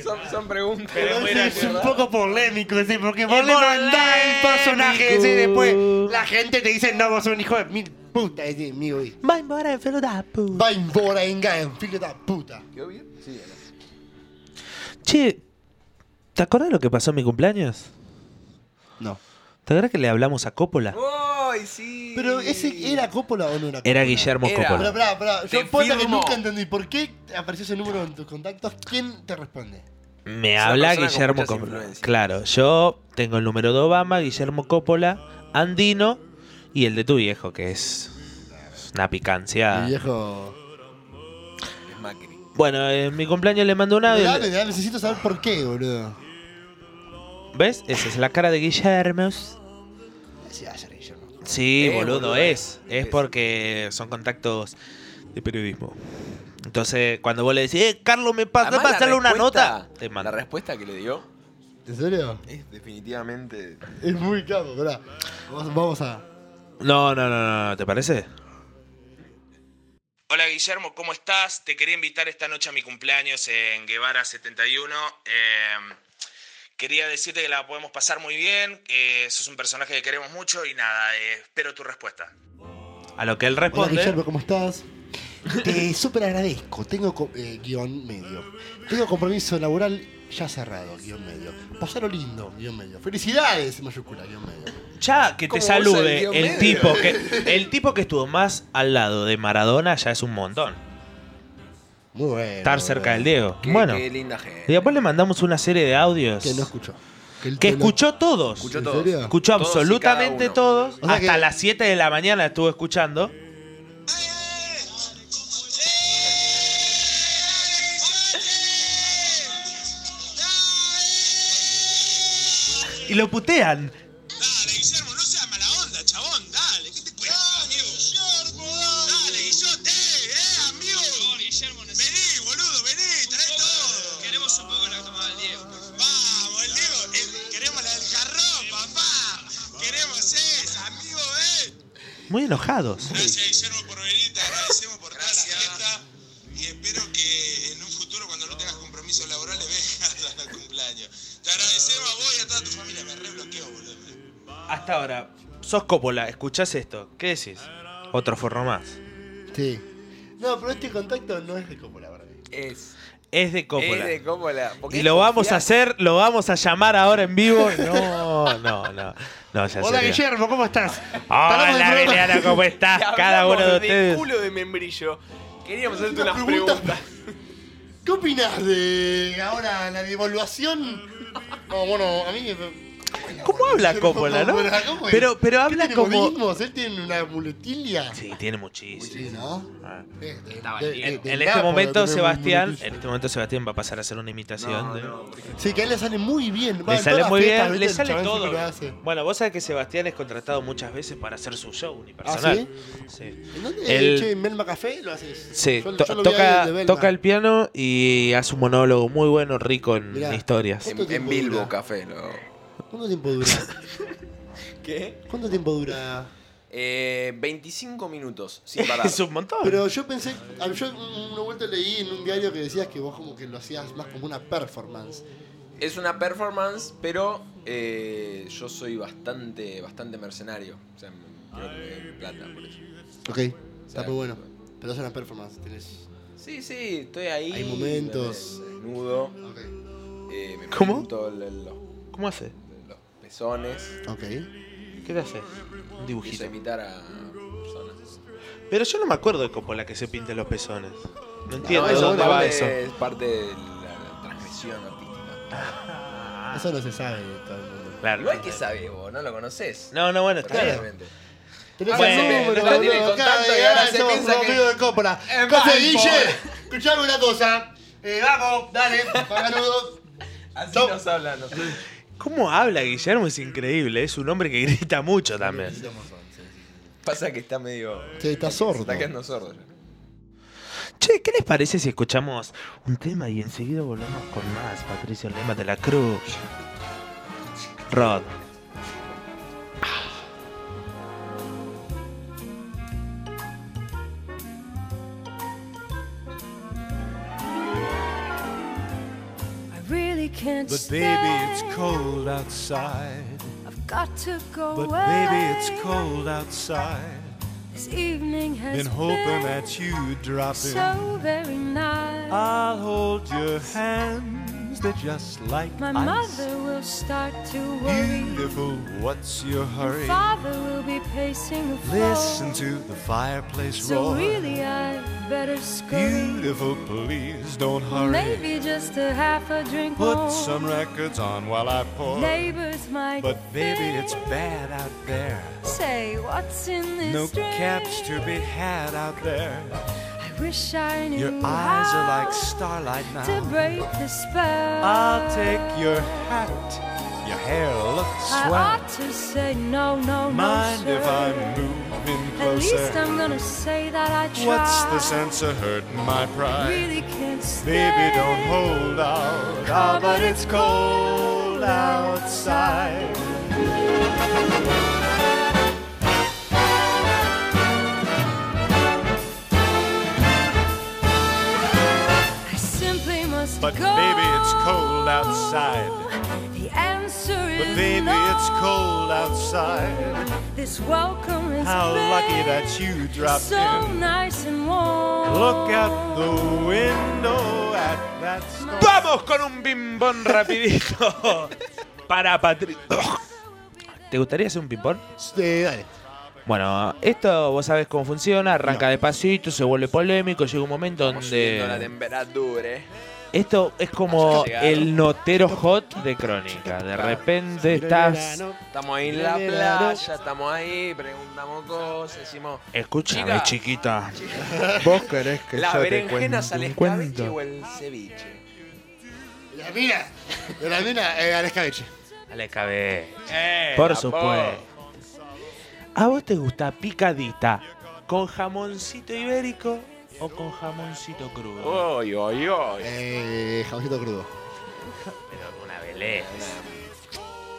Speaker 4: Son, son preguntas.
Speaker 9: Es un poco polémico, ¿sí? porque vos le mandás el personaje ¿sí? después la gente te dice, no, vos sos un hijo de mil puta, es decir, mío. y-
Speaker 1: Va embora en feluda, pu.
Speaker 5: Va embora venga, en fin de la puta.
Speaker 4: ¿Quedó bien? Sí, gracias.
Speaker 1: Che, ¿te acordás lo que pasó en mi cumpleaños?
Speaker 5: No.
Speaker 1: ¿Te acordás que le hablamos a Coppola?
Speaker 4: ¡Ay, sí!
Speaker 5: Pero ese era Coppola o no era Coppola?
Speaker 1: Era Guillermo
Speaker 4: Era.
Speaker 5: Pero
Speaker 1: Coppola.
Speaker 5: pará, pará,
Speaker 4: Te
Speaker 5: yo puedo que
Speaker 4: firmo.
Speaker 5: nunca entendí por qué apareció ese número en tus contactos. ¿Quién te responde?
Speaker 1: Me
Speaker 4: Es una
Speaker 1: habla
Speaker 4: persona con
Speaker 1: Guillermo
Speaker 4: muchas
Speaker 1: Coppola.
Speaker 4: influencias.
Speaker 1: Claro, yo tengo el número de Obama, Guillermo Coppola, Andino y el de tu viejo, que es una
Speaker 5: Ah.
Speaker 1: picancia.
Speaker 5: viejo.
Speaker 4: Es Macri.
Speaker 1: Bueno, en mi cumpleaños le mando un
Speaker 5: Me
Speaker 1: audio.
Speaker 5: da, me da, necesito saber por qué, boludo.
Speaker 1: ¿Ves? Esa es la cara de Guillermo.
Speaker 5: Sí,
Speaker 4: ah,
Speaker 5: ayer, Guillermo.
Speaker 1: Sí,
Speaker 4: Eh,
Speaker 1: boludo,
Speaker 4: boludo,
Speaker 1: es.
Speaker 4: eh.
Speaker 1: Es porque son contactos de periodismo. Entonces, cuando vos le decís, eh, Carlos, me pasa,
Speaker 4: Además, la
Speaker 1: pasarle una
Speaker 4: respuesta-
Speaker 1: nota, te
Speaker 4: La
Speaker 1: manda.
Speaker 4: respuesta que le dio
Speaker 5: ¿En serio?
Speaker 4: es definitivamente.
Speaker 5: Es muy capo, pará. Vamos, vamos a.
Speaker 1: No, no, no, no, no, ¿te parece? Hola Guillermo, ¿cómo estás? Te quería invitar esta noche a mi cumpleaños en Guevara 71. Eh, quería decirte que la podemos pasar muy bien, que sos un personaje que queremos mucho y nada, eh, espero tu respuesta. A lo que él
Speaker 5: Hola
Speaker 1: responde,
Speaker 5: Guillermo, ¿cómo estás? Te súper agradezco. Tengo co- eh, guión medio. Tengo compromiso laboral ya cerrado, guión medio. Pasalo lindo, guión medio. Felicidades, mayúscula, guión medio.
Speaker 1: ya que te
Speaker 4: ¿Cómo vos sabés,
Speaker 1: salude
Speaker 4: Dios
Speaker 1: el
Speaker 4: mío?
Speaker 1: tipo que el tipo que estuvo más al lado de Maradona ya es un montón.
Speaker 5: Muy bueno.
Speaker 1: Estar cerca del
Speaker 5: boludo.
Speaker 1: Diego.
Speaker 4: Qué,
Speaker 1: bueno,
Speaker 4: qué linda gente.
Speaker 1: y después le mandamos una serie de audios
Speaker 5: Que no escuchó.
Speaker 1: que
Speaker 5: el que no-
Speaker 1: escuchó todos.
Speaker 4: Escuchó
Speaker 5: ¿En
Speaker 4: todos.
Speaker 5: serio?
Speaker 1: Escuchó
Speaker 4: Todos y cada
Speaker 1: absolutamente
Speaker 4: uno.
Speaker 1: todos.
Speaker 5: O sea
Speaker 1: hasta
Speaker 5: que-
Speaker 1: las 7 de la mañana estuvo escuchando. Y lo putean.
Speaker 10: Dale, Guillermo, no seas mala onda, chabón, dale, ¿qué te cuesta? Dale, Guillermo, dale. Dale, Guillote, eh, eh, amigo. Guillermo, Vení, boludo, vení, trae todo. Queremos un poco la tomada del Diego. Vamos, el Diego, el- queremos la del jarrón, papá. Queremos esa, amigo, eh.
Speaker 1: Muy enojados.
Speaker 10: Gracias Guillermo por venir, te agradecemos por toda la fiesta y espero que en un futuro cuando no tengas compromisos laborales vengas a cumpleaños. Te agradecemos a vos y a toda tu familia, me rebloqueo, boludo.
Speaker 1: Hasta ahora, sos Coppola, escuchás esto, ¿qué decís? Otro forro más.
Speaker 5: Sí. No, pero este contacto no es de Coppola, ¿verdad?
Speaker 4: Es.
Speaker 1: Es de
Speaker 4: Es
Speaker 1: Coppola.
Speaker 4: de Coppola. porque
Speaker 1: Y
Speaker 4: es
Speaker 1: lo vamos a
Speaker 4: confiar.
Speaker 1: hacer, lo vamos a llamar ahora en vivo. No, no, no. no ya
Speaker 9: Hola
Speaker 1: sería.
Speaker 9: Guillermo, ¿cómo estás? Paramos el
Speaker 1: Hola,
Speaker 9: programa.
Speaker 1: Emiliano, ¿cómo
Speaker 4: Te
Speaker 1: estás?
Speaker 4: hablamos
Speaker 1: Cada uno de
Speaker 4: del
Speaker 1: ustedes.
Speaker 4: culo de membrillo. Queríamos hacerte
Speaker 5: Una
Speaker 4: unas
Speaker 5: pregunta.
Speaker 4: preguntas.
Speaker 5: ¿Qué opinas de ahora la devaluación? No, bueno, a mí me.
Speaker 1: ¿Cómo habla Coppola, no?
Speaker 5: ¿cómo es?
Speaker 1: Pero, pero
Speaker 5: ¿Qué
Speaker 1: habla
Speaker 5: tiene
Speaker 1: como.
Speaker 5: modismos? Él tiene una muletilla.
Speaker 1: Sí, tiene
Speaker 5: Sí,
Speaker 1: muchísimo.
Speaker 5: ¿no?
Speaker 1: Ah.
Speaker 5: Eh, de-
Speaker 4: Estaba
Speaker 5: de-
Speaker 4: lleno.
Speaker 5: de-
Speaker 1: En
Speaker 5: de
Speaker 1: este
Speaker 5: Nápoles
Speaker 1: momento,
Speaker 5: tiene
Speaker 1: Sebastián.
Speaker 5: muletilla.
Speaker 1: En este momento, Sebastián va a pasar a hacer una imitación. de-
Speaker 5: Sí, que a él le sale muy bien. Va,
Speaker 1: Le
Speaker 5: en
Speaker 1: sale
Speaker 5: todas
Speaker 1: muy
Speaker 5: las fiestas,
Speaker 1: bien, le
Speaker 5: ¿viste? El
Speaker 1: sale
Speaker 5: chabón
Speaker 1: todo.
Speaker 5: siempre lo hace.
Speaker 1: Bueno, vos sabés que Sebastián es contratado muchas veces para hacer su show unipersonal. Sí.
Speaker 5: ¿En dónde?
Speaker 1: El-
Speaker 5: Che, en Melma Café lo haces.
Speaker 1: Sí,
Speaker 5: Este, Yo- yo
Speaker 1: to-
Speaker 5: lo vi ahí, el de
Speaker 1: toca,
Speaker 5: Belma.
Speaker 1: toca el piano y hace un monólogo muy bueno, rico en
Speaker 5: Mirá.
Speaker 1: historias.
Speaker 5: ¿Cuánto
Speaker 11: En, en
Speaker 5: tiempo
Speaker 11: Bilbo
Speaker 5: dura?
Speaker 11: Café, lo-
Speaker 5: ¿Cuánto tiempo dura?
Speaker 4: ¿Qué?
Speaker 5: ¿Cuánto tiempo
Speaker 1: Ah.
Speaker 5: dura?
Speaker 4: Eh, 25 minutos sin parar.
Speaker 1: Es un montón.
Speaker 5: Pero yo pensé, a- yo una vuelta leí en un diario que decías que vos como que lo hacías más como una performance.
Speaker 4: Es una performance, pero eh, yo soy bastante, bastante mercenario. O sea, me- creo que me den plata por eso.
Speaker 5: Ok, está muy bueno. Pero es una performance, tenés...
Speaker 4: Sí, sí, estoy ahí.
Speaker 5: Hay momentos.
Speaker 4: me Desnudo.
Speaker 5: Ok,
Speaker 4: eh, me
Speaker 1: ¿Cómo?
Speaker 4: pinto el- el- los,
Speaker 1: ¿Cómo hace?
Speaker 4: los pezones.
Speaker 5: ok.
Speaker 1: ¿Qué te hace? Un
Speaker 4: Empiezo a
Speaker 1: dibujito.
Speaker 4: imitar a personas.
Speaker 1: Pero yo no me acuerdo de Coppola que se pinte los pezones. No entiendo
Speaker 4: No, eso
Speaker 1: dónde
Speaker 4: es
Speaker 1: va
Speaker 4: parte-
Speaker 1: eso.
Speaker 4: Es parte de la transgresión artística.
Speaker 5: Eso no se sabe de todo el mundo.
Speaker 1: Claro.
Speaker 4: Igual que sabés vos, no lo conoces.
Speaker 1: No, no, bueno, está bien.
Speaker 4: Realmente.
Speaker 5: Tenés
Speaker 1: Bueno,
Speaker 5: el número,
Speaker 1: está bien,
Speaker 5: boludo,
Speaker 4: con
Speaker 5: acá,
Speaker 4: tanto, y
Speaker 5: y
Speaker 4: ahora
Speaker 5: ahora
Speaker 4: se
Speaker 5: somos
Speaker 4: piensa
Speaker 5: amigos de Coppola.
Speaker 4: Es
Speaker 5: Entonces,
Speaker 4: Valpo.
Speaker 5: Guille, escuchame una cosa. Eh, vamos, dale, paganudo.
Speaker 4: Así
Speaker 5: No.
Speaker 4: nos hablan. nosotros.
Speaker 1: ¿Cómo habla Guillermo? Es increíble. Es un hombre que grita mucho también.
Speaker 4: Pasa que está medio.
Speaker 5: Sí, está sordo.
Speaker 4: Está quedando sordo. ya.
Speaker 1: Che, ¿qué les parece si escuchamos un tema y enseguida volvemos con más Patricio Lema de la Cruz? Rod.
Speaker 2: I really can't
Speaker 8: But
Speaker 2: stay.
Speaker 8: baby, it's cold outside.
Speaker 2: I've got to go
Speaker 8: But
Speaker 2: away.
Speaker 8: baby, it's cold outside.
Speaker 2: This evening has
Speaker 8: Been hoping that Ah, you drop in.
Speaker 2: so very nice.
Speaker 8: I'll hold your hands, they're just like
Speaker 2: My
Speaker 8: ice.
Speaker 2: mother will start to worry.
Speaker 8: Beautiful, what's your hurry?
Speaker 2: Father will be pacing the floor.
Speaker 8: Listen to the fireplace
Speaker 2: so
Speaker 8: roar.
Speaker 2: really I better scurry.
Speaker 8: Beautiful, please don't hurry.
Speaker 2: Maybe just a half a drink more.
Speaker 8: Put some records on while I pour.
Speaker 2: Neighbors might
Speaker 8: But baby, it's
Speaker 2: think,
Speaker 8: bad out there.
Speaker 2: Say what's in this
Speaker 8: No
Speaker 2: drink?
Speaker 8: caps to be had out there.
Speaker 2: I wish I knew
Speaker 8: Your eyes are
Speaker 2: how
Speaker 8: like starlight
Speaker 2: to
Speaker 8: now.
Speaker 2: break the spell.
Speaker 8: I'll take your hat. Your hair looks
Speaker 2: I ought
Speaker 8: swell.
Speaker 2: to say no, no,
Speaker 8: Mind
Speaker 2: no, sir.
Speaker 8: if I'm moving
Speaker 2: At least
Speaker 8: closer?
Speaker 2: I'm gonna say that I tried.
Speaker 8: What's the sense of hurting my pride?
Speaker 2: Really can't stay.
Speaker 8: Baby, don't hold out. Ah, but it's cold outside.
Speaker 2: I simply must
Speaker 8: But
Speaker 2: go.
Speaker 8: baby, it's cold outside.
Speaker 2: The answer
Speaker 8: But
Speaker 2: is
Speaker 8: baby,
Speaker 2: no.
Speaker 8: it's cold outside.
Speaker 2: This welcome is
Speaker 8: How
Speaker 2: big,
Speaker 8: lucky that you dropped
Speaker 2: so
Speaker 8: in.
Speaker 2: nice and warm.
Speaker 8: Look out the window at that storm.
Speaker 1: ¡Vamos con un bimbón rapidito! Para Patricio. ¿Te gustaría hacer un ping-pong?
Speaker 5: Eh, dale.
Speaker 1: Bueno, esto vos sabés cómo funciona, arranca despacito, se vuelve polémico, llega un momento
Speaker 4: Estamos subiendo la
Speaker 1: donde...
Speaker 4: temperatura. eh.
Speaker 1: Esto es como
Speaker 4: Llegar.
Speaker 1: el notero hot de Crónica. De repente estás...
Speaker 4: Estamos ahí en la playa, estamos ahí, preguntamos cosas, decimos.
Speaker 1: Escúchame,
Speaker 4: Chica.
Speaker 1: chiquita. Vos querés que
Speaker 4: ¿La
Speaker 1: yo te cuente
Speaker 4: berenjena sale
Speaker 1: un
Speaker 4: escabeche
Speaker 1: cuento?
Speaker 4: o el ceviche?
Speaker 5: La mina. De la mina, eh, al escabeche.
Speaker 1: Al escabeche. Por
Speaker 4: capó.
Speaker 1: supuesto. ¿A vos te gusta picadita con jamoncito ibérico o con jamoncito crudo?
Speaker 4: Oy, oy, oy.
Speaker 5: Eh, jamoncito crudo.
Speaker 1: Pero una beleza.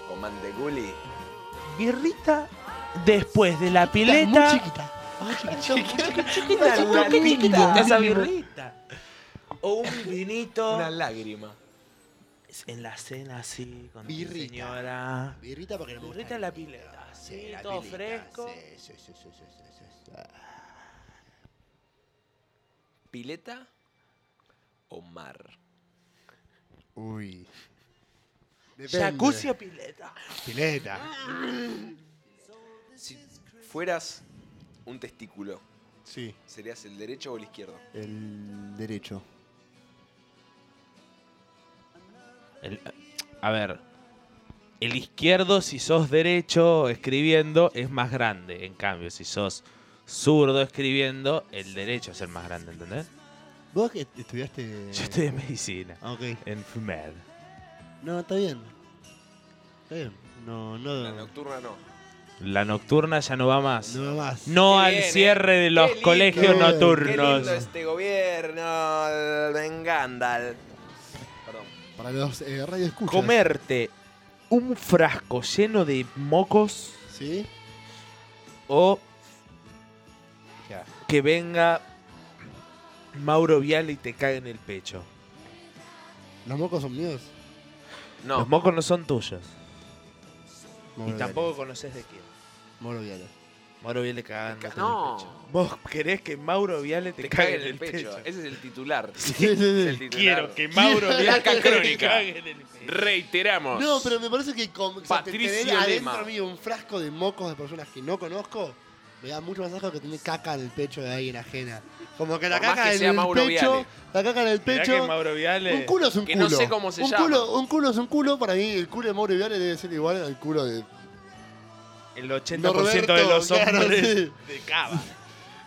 Speaker 4: Con manteculi.
Speaker 1: ¿Birrita
Speaker 8: después de la pileta.
Speaker 5: muy
Speaker 4: Una
Speaker 5: chiquita.
Speaker 4: lagrimita.
Speaker 8: Esa birrita. O un vinito.
Speaker 4: Una lágrima.
Speaker 8: En la cena así, con mi
Speaker 5: Birrita.
Speaker 8: señora.
Speaker 5: Birrita porque no me gusta.
Speaker 8: Birrita en la pileta. Ah, Sí,
Speaker 5: la
Speaker 8: todo
Speaker 5: pileta,
Speaker 8: fresco.
Speaker 5: sí, sí, sí, sí, sí, sí, sí.
Speaker 4: ¿Pileta o mar?
Speaker 5: Uy. Depende.
Speaker 8: Jacuzzi o pileta.
Speaker 5: Pileta.
Speaker 4: Si fueras un testículo,
Speaker 5: Sí,
Speaker 4: ¿serías el derecho o el izquierdo?
Speaker 5: el derecho.
Speaker 8: El- a ver. El izquierdo, si sos derecho escribiendo, es más grande. En cambio, si sos zurdo escribiendo, el derecho es el más grande, ¿entendés?
Speaker 5: ¿Vos que estudiaste...?
Speaker 8: Yo estudié medicina.
Speaker 5: Ah, ok.
Speaker 8: En FUMED.
Speaker 5: No, está bien. Está bien. No,
Speaker 4: La
Speaker 5: no.
Speaker 1: Mm.
Speaker 5: No,
Speaker 4: nocturna no.
Speaker 8: La nocturna ya no va más. No,
Speaker 5: va más.
Speaker 4: Qué
Speaker 8: al
Speaker 4: bien, eh.
Speaker 8: cierre de los
Speaker 4: Qué lindo,
Speaker 8: colegios
Speaker 5: eh. Qué
Speaker 4: Qué
Speaker 8: nocturnos.
Speaker 4: lindo este gobierno, ven Gandalf. Perdón.
Speaker 5: Para los eh, radio escuchas.
Speaker 8: Comerte un frasco lleno de mocos
Speaker 5: ¿Sí?
Speaker 8: o
Speaker 5: Ya.
Speaker 8: que venga Mauro Vial y te cague en el pecho.
Speaker 5: Los mocos son míos.
Speaker 4: No,
Speaker 8: Los mocos no son tuyos.
Speaker 5: Moro
Speaker 8: y
Speaker 5: Viale.
Speaker 8: tampoco conoces de quién.
Speaker 5: Moro Viale.
Speaker 8: Mauro Viale cagando.
Speaker 4: no.
Speaker 8: Vos querés que Mauro Viale te,
Speaker 4: Te
Speaker 8: cague
Speaker 4: cae en el pecho.
Speaker 8: eh.
Speaker 4: Ese es el titular.
Speaker 5: Sí, sí, sí.
Speaker 1: Quiero que Mauro
Speaker 5: Sí.
Speaker 1: Vial
Speaker 5: Caca
Speaker 1: crónica. Reiteramos.
Speaker 5: No, pero me parece que con, o sea, te-
Speaker 4: Patricio
Speaker 5: tener
Speaker 4: Lema.
Speaker 5: adentro mío un frasco de mocos de personas que no conozco me da mucho más asco que tener caca en el pecho de alguien ajena. Como que la
Speaker 4: Por más
Speaker 5: caca
Speaker 4: que
Speaker 5: en
Speaker 4: sea
Speaker 5: el
Speaker 4: Mauro
Speaker 5: pecho,
Speaker 4: Viale.
Speaker 5: la caca en el
Speaker 1: Mirá
Speaker 5: pecho.
Speaker 1: que Mauro Viale.
Speaker 5: Un culo es un
Speaker 4: que no
Speaker 5: culo.
Speaker 4: sé cómo se
Speaker 5: un
Speaker 4: llama.
Speaker 5: Culo, un culo es un culo. Para mí, el culo de Mauro Viale debe ser igual al culo de
Speaker 8: El 80%
Speaker 5: Norberto,
Speaker 8: de los
Speaker 5: claro,
Speaker 8: hombres
Speaker 5: sí.
Speaker 8: de cava.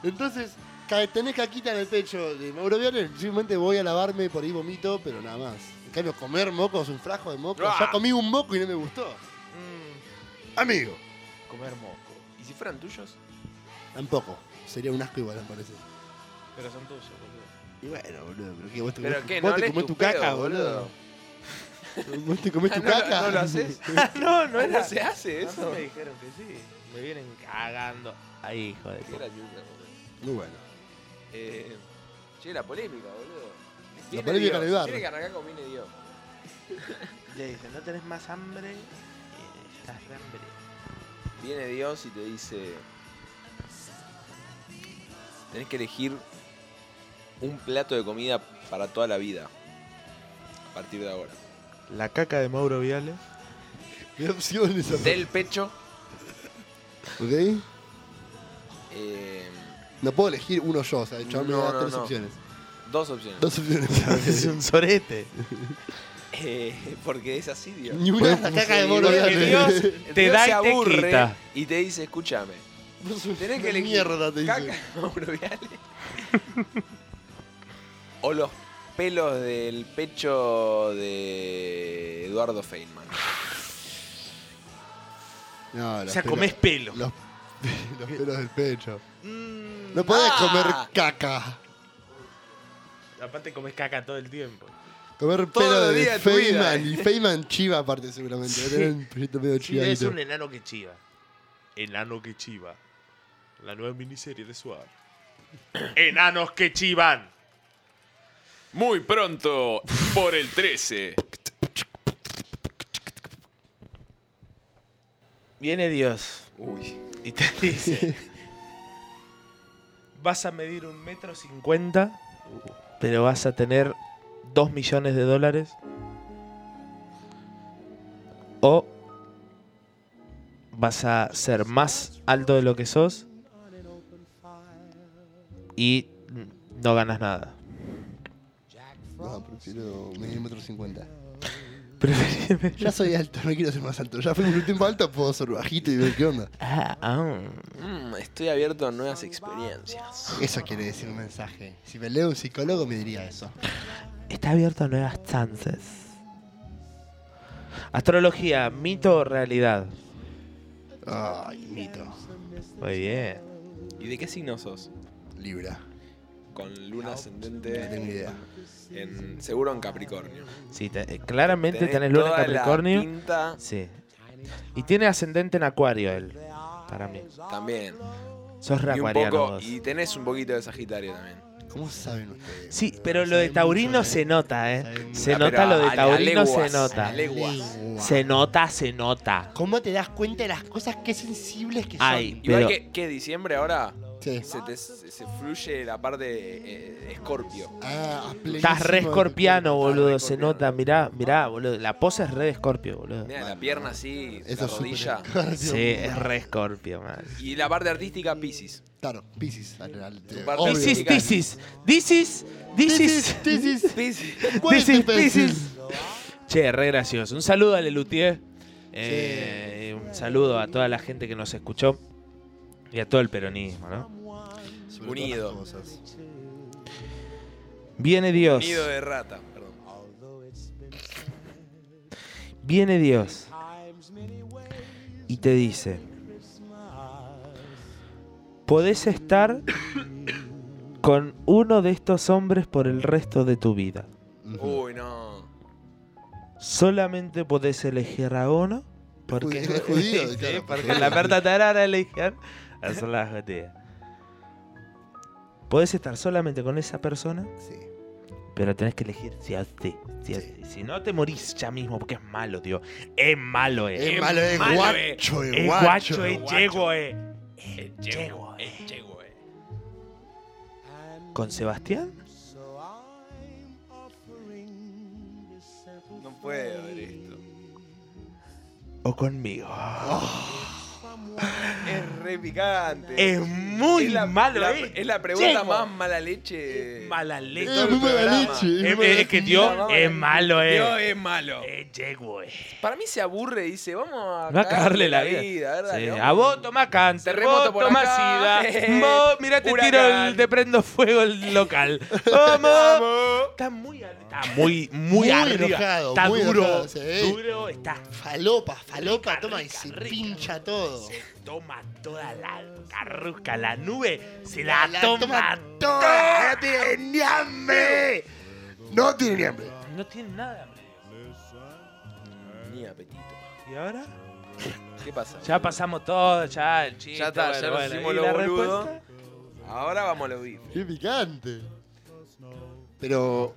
Speaker 5: Entonces, ca- tenés caquita en el pecho de Mauro Viale, simplemente voy a lavarme, por ahí vomito, pero nada más. En cambio, comer mocos, un frasco de mocos.
Speaker 4: Ah. Mm.
Speaker 5: Ya comí un moco y no me gustó. Amigo.
Speaker 8: Comer moco.
Speaker 4: ¿Y si fueran tuyos?
Speaker 5: Tampoco. Sería un asco igual, me parece.
Speaker 8: Pero son tuyos, boludo.
Speaker 5: Y bueno, boludo, pero que vos te,
Speaker 4: ¿Pero
Speaker 5: vos
Speaker 4: qué?
Speaker 5: te
Speaker 4: ¿No lees
Speaker 5: comés
Speaker 4: tu,
Speaker 5: tu caca,
Speaker 4: pedo,
Speaker 5: boludo. Vos te comés
Speaker 4: Ah,
Speaker 5: tu
Speaker 4: no, lo-
Speaker 5: caca.
Speaker 4: ¿No lo haces?
Speaker 8: no, no
Speaker 4: No,
Speaker 8: era.
Speaker 4: no Ah, se hace
Speaker 8: Antes
Speaker 4: eso.
Speaker 8: me dijeron que sí. Me vienen cagando. Ahí, hijo de
Speaker 4: Qué
Speaker 8: puta.
Speaker 4: gracioso, boludo.
Speaker 5: Muy bueno.
Speaker 4: Eh, che, la polémica, boludo. Viene
Speaker 5: polémica
Speaker 4: Dios.
Speaker 5: en el barrio.
Speaker 4: Tiene que arrancar con Viene Dios.
Speaker 8: Ya dicen, no tenés más hambre. Eh, Estás re hambriento.
Speaker 4: Viene Dios y te dice... Tenés que elegir un plato de comida para toda la vida. A partir de ahora.
Speaker 8: La caca de Mauro Viale.
Speaker 5: ¿Qué opciones
Speaker 4: Del pecho.
Speaker 5: ¿Ok?
Speaker 4: eh,
Speaker 5: No puedo elegir uno yo, o sea, el chabón me
Speaker 4: No,
Speaker 5: da
Speaker 4: no,
Speaker 5: tres
Speaker 4: no.
Speaker 5: opciones.
Speaker 4: dos opciones.
Speaker 5: Dos
Speaker 8: Es
Speaker 5: opciones.
Speaker 8: un sorete.
Speaker 4: Eh, porque es así, Dios.
Speaker 5: Ni una la caca de Mauro
Speaker 4: Porque
Speaker 5: Viale.
Speaker 4: Dios
Speaker 8: Te
Speaker 4: Dios
Speaker 8: da
Speaker 4: se
Speaker 8: y te
Speaker 4: aburre
Speaker 8: quita.
Speaker 4: Y te dice, escúchame,
Speaker 5: Vos sos
Speaker 4: tenés
Speaker 5: una
Speaker 4: que elegir
Speaker 5: Mierda, te
Speaker 4: caca
Speaker 5: dice.
Speaker 4: de Mauro Viale. o los pelos del pecho de Eduardo Feynman.
Speaker 5: No,
Speaker 8: O
Speaker 5: los
Speaker 8: sea,
Speaker 5: pelos-
Speaker 8: comés pelo.
Speaker 5: Los, los pelos del pecho.
Speaker 8: Mm,
Speaker 5: No podés
Speaker 4: Ah.
Speaker 5: comer caca.
Speaker 8: aparte comes caca todo el tiempo.
Speaker 5: Comer
Speaker 4: Todos
Speaker 5: pelo
Speaker 4: los
Speaker 5: de
Speaker 4: días de tu vida,
Speaker 5: Feynman. Y Feynman chiva aparte seguramente.
Speaker 8: Sí.
Speaker 5: Era un proyecto medio chivadito.
Speaker 8: es un enano que chiva. Enano que chiva. La nueva miniserie de Suave. Enanos que chivan.
Speaker 12: Muy pronto, por el 13.
Speaker 8: Viene Dios
Speaker 4: Uy.
Speaker 8: y te dice: Vas a medir un metro cincuenta, pero vas a tener dos millones de dólares. O vas a ser más alto de lo que sos y no ganas nada.
Speaker 5: No, prefiero medir un metro cincuenta.
Speaker 8: Preferiblemente.
Speaker 5: Ya soy alto, no quiero ser más alto. Ya fui un tiempo alto, puedo ser bajito y ver qué onda.
Speaker 8: Ah, ah.
Speaker 4: Mm, estoy abierto a nuevas experiencias.
Speaker 5: Eso quiere decir un mensaje. Si me leo un psicólogo me diría eso.
Speaker 8: Está abierto a nuevas chances. Astrología, mito o realidad.
Speaker 5: Ay, mito.
Speaker 8: Muy bien.
Speaker 4: ¿Y de qué signo sos?
Speaker 5: Libra.
Speaker 4: Con luna
Speaker 5: No tengo
Speaker 4: ascendente,
Speaker 5: idea.
Speaker 4: en, seguro en Capricornio.
Speaker 8: Sí, te- eh, claramente tenés luna en
Speaker 4: toda la
Speaker 8: Capricornio.
Speaker 4: pinta-
Speaker 8: Sí. Y tiene ascendente en Acuario él. para mí.
Speaker 4: También.
Speaker 8: Sos
Speaker 4: Y, un
Speaker 8: reacuariano
Speaker 4: poco,
Speaker 8: vos.
Speaker 4: y tenés un poquito de Sagitario también.
Speaker 5: ¿Cómo saben ustedes?
Speaker 8: Sí, pero lo de Taurino se nota, ¿eh? Se
Speaker 4: Ah,
Speaker 8: nota
Speaker 4: pero
Speaker 8: lo
Speaker 4: a-
Speaker 8: de
Speaker 4: a
Speaker 8: Taurino, se
Speaker 4: leguas,
Speaker 8: nota.
Speaker 4: a leguas.
Speaker 8: Se nota, se nota.
Speaker 13: ¿Cómo te das cuenta de las cosas que sensibles que son?
Speaker 8: Ay,
Speaker 4: Igual
Speaker 8: pero
Speaker 4: que, que diciembre ahora
Speaker 5: Sí.
Speaker 4: se, te- se- se fluye la parte eh, de Escorpio.
Speaker 5: Ah, a
Speaker 8: estás re
Speaker 5: plenísimo.
Speaker 8: escorpiano, boludo. Se nota, mirá, mirá, boludo. La pose es re de escorpio, boludo.
Speaker 4: Mira, la pierna así,
Speaker 5: Eso es
Speaker 4: la
Speaker 5: súper
Speaker 4: rodilla.
Speaker 5: escorpio.
Speaker 8: Sí, es re escorpio, man.
Speaker 4: Y la parte artística, Pisces.
Speaker 5: Claro, Pisces. al- al-
Speaker 4: parte
Speaker 5: eh, obvio.
Speaker 8: This is, this is, this is, this is,
Speaker 5: This is-
Speaker 4: Pisces.
Speaker 5: ¿Cuál es
Speaker 8: this is,
Speaker 5: tu
Speaker 8: this
Speaker 5: perfil?
Speaker 8: is. Che, re gracioso. Un saludo a Lelutier. Eh, un saludo a toda la gente que nos escuchó. Y a todo el peronismo, ¿no?
Speaker 5: Sobre todas
Speaker 4: Unido.
Speaker 5: las cosas.
Speaker 8: Viene Dios.
Speaker 4: Nido de rata, perdón.
Speaker 8: Viene Dios y te dice, podés estar con uno de estos hombres por el resto de tu vida.
Speaker 5: Ujú.
Speaker 4: Uy, no.
Speaker 8: Solamente podés elegir a uno porque,
Speaker 5: Es judío,
Speaker 8: Sí,
Speaker 5: claro,
Speaker 8: porque
Speaker 5: judío.
Speaker 8: la Berta Tarara eligen a son las judías. Podés estar solamente con esa persona,
Speaker 5: Sí.
Speaker 8: pero tenés que elegir si a ti. Si, a ti. Si no te morís ya mismo, porque es malo, tío. Es malo, eh.
Speaker 5: Es malo, es
Speaker 8: malo, eh.
Speaker 5: guacho, es
Speaker 8: El
Speaker 5: guacho.
Speaker 8: guacho es yegua, eh. Es yegua, eh. ¿Con Sebastián?
Speaker 4: No puedo ver esto.
Speaker 8: ¿O conmigo?
Speaker 4: Es re picante.
Speaker 8: Es muy
Speaker 4: la,
Speaker 8: malo,
Speaker 4: la-
Speaker 8: eh.
Speaker 4: Es la pregunta
Speaker 8: Yegua.
Speaker 4: más mala leche.
Speaker 8: Mala leche.
Speaker 5: Es muy mala
Speaker 4: programa.
Speaker 5: leche.
Speaker 8: Es,
Speaker 5: muy mala
Speaker 8: es que
Speaker 5: leche.
Speaker 8: tío, es malo,
Speaker 4: Dios,
Speaker 8: eh.
Speaker 4: es malo.
Speaker 8: Es yegua, eh.
Speaker 4: Para mí se aburre y dice, vamos a,
Speaker 8: No a cagarle la vida.
Speaker 4: ¿verdad?
Speaker 8: Sí,
Speaker 4: ¿no?
Speaker 8: A vos tomás cáncer,
Speaker 4: Terremoto
Speaker 8: vos
Speaker 4: por
Speaker 8: tomás
Speaker 4: acá.
Speaker 8: sida, vos mirá te tiro
Speaker 4: Huracán.
Speaker 8: el te prendo fuego el local. Vamos. Está muy ar- está muy muy,
Speaker 5: Muy
Speaker 8: arriba.
Speaker 5: enojado,
Speaker 8: está
Speaker 5: muy
Speaker 8: duro,
Speaker 5: enojado, sí.
Speaker 8: duro, está
Speaker 13: Falopa, falopa,
Speaker 8: Rica,
Speaker 13: toma y
Speaker 8: rica,
Speaker 13: se
Speaker 8: rica.
Speaker 13: pincha todo.
Speaker 8: se toma toda la carrusca, la nube se la,
Speaker 13: La
Speaker 8: toma,
Speaker 13: toma
Speaker 5: ¡Ah!
Speaker 8: toda. No tiene ni hambre.
Speaker 5: No tiene ni hambre.
Speaker 8: No tiene nada. hombre.
Speaker 4: Ni apetito.
Speaker 8: ¿Y ahora?
Speaker 4: ¿Qué pasa?
Speaker 8: Ya pasamos todo, ya el chiste.
Speaker 4: Ya está, ya nos hicimos
Speaker 8: ¿y
Speaker 4: los
Speaker 8: la
Speaker 4: boludos?
Speaker 8: respuesta?
Speaker 4: Ahora vamos a los bifes.
Speaker 5: Qué picante. Pero.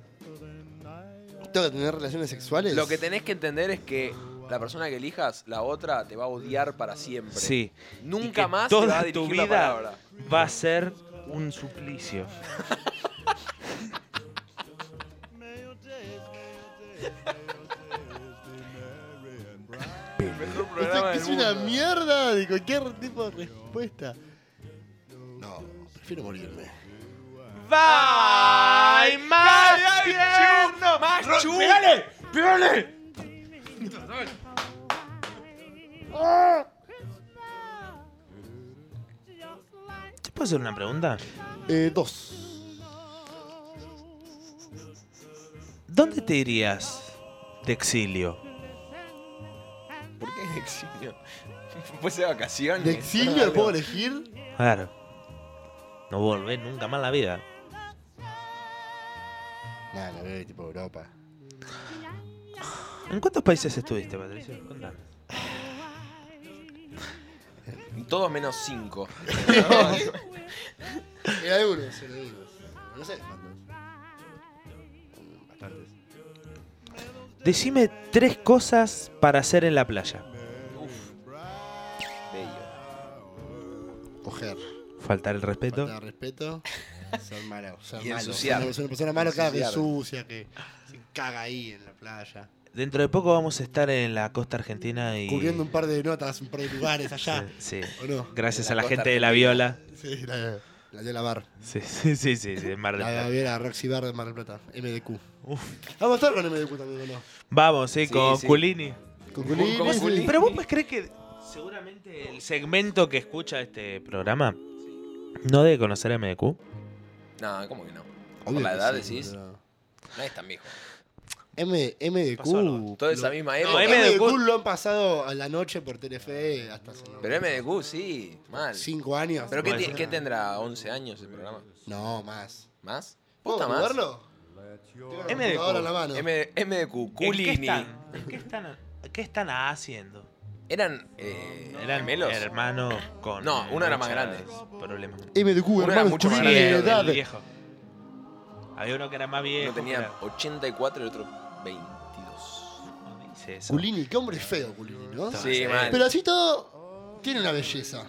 Speaker 5: ¿Tengo que tener relaciones sexuales?
Speaker 4: Lo que tenés que entender es que la persona que elijas, la otra, te va a odiar para siempre.
Speaker 8: Sí. y
Speaker 4: Nunca
Speaker 8: que
Speaker 4: más te va
Speaker 8: toda
Speaker 4: a
Speaker 8: tu
Speaker 4: dirigir la
Speaker 8: vida
Speaker 4: palabra.
Speaker 8: va a ser un suplicio.
Speaker 4: Mejor
Speaker 5: Esto
Speaker 4: programa
Speaker 5: es
Speaker 4: del
Speaker 5: una
Speaker 4: mundo.
Speaker 5: mierda de cualquier tipo de respuesta. No, prefiero morirme.
Speaker 8: ¡Ay, más
Speaker 4: ¡Pierno! ¡Más chu!
Speaker 8: ¡Pégale! ¡Pégale! ¿Te puedo hacer una pregunta?
Speaker 5: Eh, dos.
Speaker 8: ¿Dónde te irías de exilio?
Speaker 4: ¿Por qué exilio? Fuese de vacaciones.
Speaker 5: ¿De exilio puedo elegir?
Speaker 8: Claro. No volvés nunca más a la vida.
Speaker 5: Nada, la veo de tipo Europa.
Speaker 8: ¿En cuántos países estuviste, Patricio? Contame.
Speaker 4: Todos menos cinco.
Speaker 5: Era euros, era euros. eh, No sé cuántos. Bastantes.
Speaker 8: Decime tres cosas para hacer en la playa.
Speaker 4: Bello.
Speaker 5: Coger.
Speaker 8: Faltar el respeto.
Speaker 5: Falta de respeto. Ser malo. Ser
Speaker 4: Y
Speaker 5: malo.
Speaker 4: ensuciar.
Speaker 5: Ser una- ser una persona mala cada que
Speaker 4: Ensuciar.
Speaker 5: sucia, que se caga ahí en la playa.
Speaker 8: Dentro de poco vamos a estar en la costa argentina y...
Speaker 5: Cubriendo un par de notas, un par de lugares allá.
Speaker 8: Sí.
Speaker 5: ¿O no?
Speaker 8: Gracias
Speaker 4: En
Speaker 8: a
Speaker 4: la
Speaker 8: la
Speaker 4: costa
Speaker 8: gente de La Viola.
Speaker 5: Sí, la, la de la bar.
Speaker 8: Sí, sí, sí, sí, sí, en Mar del
Speaker 5: La de
Speaker 8: Plata.
Speaker 5: la Viera, Roxy Bar de Mar del Plata. MDQ. Vamos a estar con MDQ también, ¿o no?
Speaker 8: Vamos, sí,
Speaker 4: Sí,
Speaker 8: con
Speaker 4: sí.
Speaker 8: Culini.
Speaker 5: Con
Speaker 4: Con
Speaker 5: Culini.
Speaker 4: Culini.
Speaker 8: Pero vos pues crees que seguramente el segmento que escucha este programa no debe conocer a MDQ.
Speaker 4: No, ¿cómo que no?
Speaker 5: Obvio
Speaker 4: la
Speaker 5: que
Speaker 4: edad
Speaker 5: sí,
Speaker 4: decís.
Speaker 5: boludo.
Speaker 4: Nadie es tan viejo.
Speaker 5: M, MDQ.
Speaker 8: Pasó algo.
Speaker 4: Toda
Speaker 5: lo-
Speaker 4: esa misma
Speaker 8: No,
Speaker 5: No,
Speaker 4: época.
Speaker 8: M- MDQ.
Speaker 5: MDQ lo han pasado a la noche por Telefe hasta hace no,
Speaker 4: Pero MDQ, sí, mal.
Speaker 5: cinco años.
Speaker 4: ¿Pero qué,
Speaker 5: No,
Speaker 4: ti-
Speaker 5: no.
Speaker 4: qué tendrá? ¿11 años el programa?
Speaker 5: No, más.
Speaker 4: ¿Más?
Speaker 5: ¿Puedo
Speaker 4: ¿Posta más?
Speaker 5: jugarlo?
Speaker 8: MDQ.
Speaker 5: Ahora la mano.
Speaker 4: M- MDQ,
Speaker 8: ¿En ¿Qué
Speaker 4: Culini.
Speaker 8: están, en qué están- qué están haciendo?
Speaker 4: Eran. eh,
Speaker 1: Eran
Speaker 4: gemelos.
Speaker 1: hermanos con.
Speaker 4: No, uno era más
Speaker 1: muchas
Speaker 4: grande.
Speaker 1: Problemas.
Speaker 5: MDQ,
Speaker 4: Uno era
Speaker 5: hermano,
Speaker 4: mucho más
Speaker 5: escudriñe
Speaker 4: grande que
Speaker 5: de
Speaker 4: el
Speaker 5: edad.
Speaker 4: del
Speaker 1: viejo. Había uno que era más viejo.
Speaker 4: Uno tenía
Speaker 1: claro.
Speaker 4: 84 y el otro 22.
Speaker 1: Dice eso.
Speaker 5: Culini, qué hombre feo, Culini, ¿no?
Speaker 4: Sí, mal.
Speaker 5: Pero así todo tiene una belleza.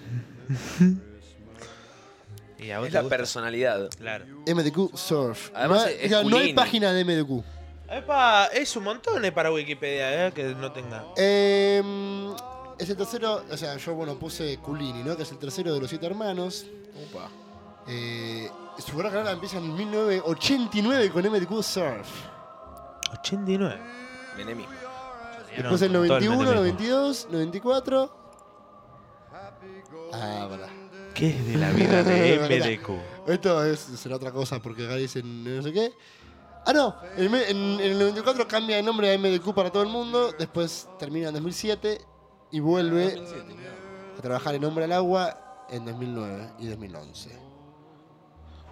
Speaker 1: Y a vos
Speaker 4: Es
Speaker 1: te
Speaker 4: la
Speaker 1: gusta.
Speaker 4: personalidad.
Speaker 1: Claro.
Speaker 5: MDQ Surf.
Speaker 4: Además,
Speaker 5: no, hay-
Speaker 4: es
Speaker 5: o sea, no hay
Speaker 4: Culini.
Speaker 5: página de MDQ.
Speaker 1: Epa, es un montón eh, para Wikipedia, eh, que no tenga.
Speaker 5: Eh, es el tercero, o sea, yo bueno puse Culini, ¿no? Que es el tercero de los siete hermanos.
Speaker 4: Upa.
Speaker 5: Eh, su gran carrera empieza en 1989 con MDQ Surf.
Speaker 1: 89.
Speaker 4: Menemismo.
Speaker 5: Eh, Después el
Speaker 1: Todo
Speaker 5: 91,
Speaker 1: menemismo.
Speaker 5: 92, 94. Ah, pará.
Speaker 1: ¿Qué es de la vida de MDQ?
Speaker 5: Esto es, será otra cosa porque acá dicen no sé qué. Ah, no. En, el me- en- en el 94 cambia de nombre a MDQ para todo el mundo. Después termina en 2007 y vuelve a trabajar en Hombre al Agua en 2009 y 2011.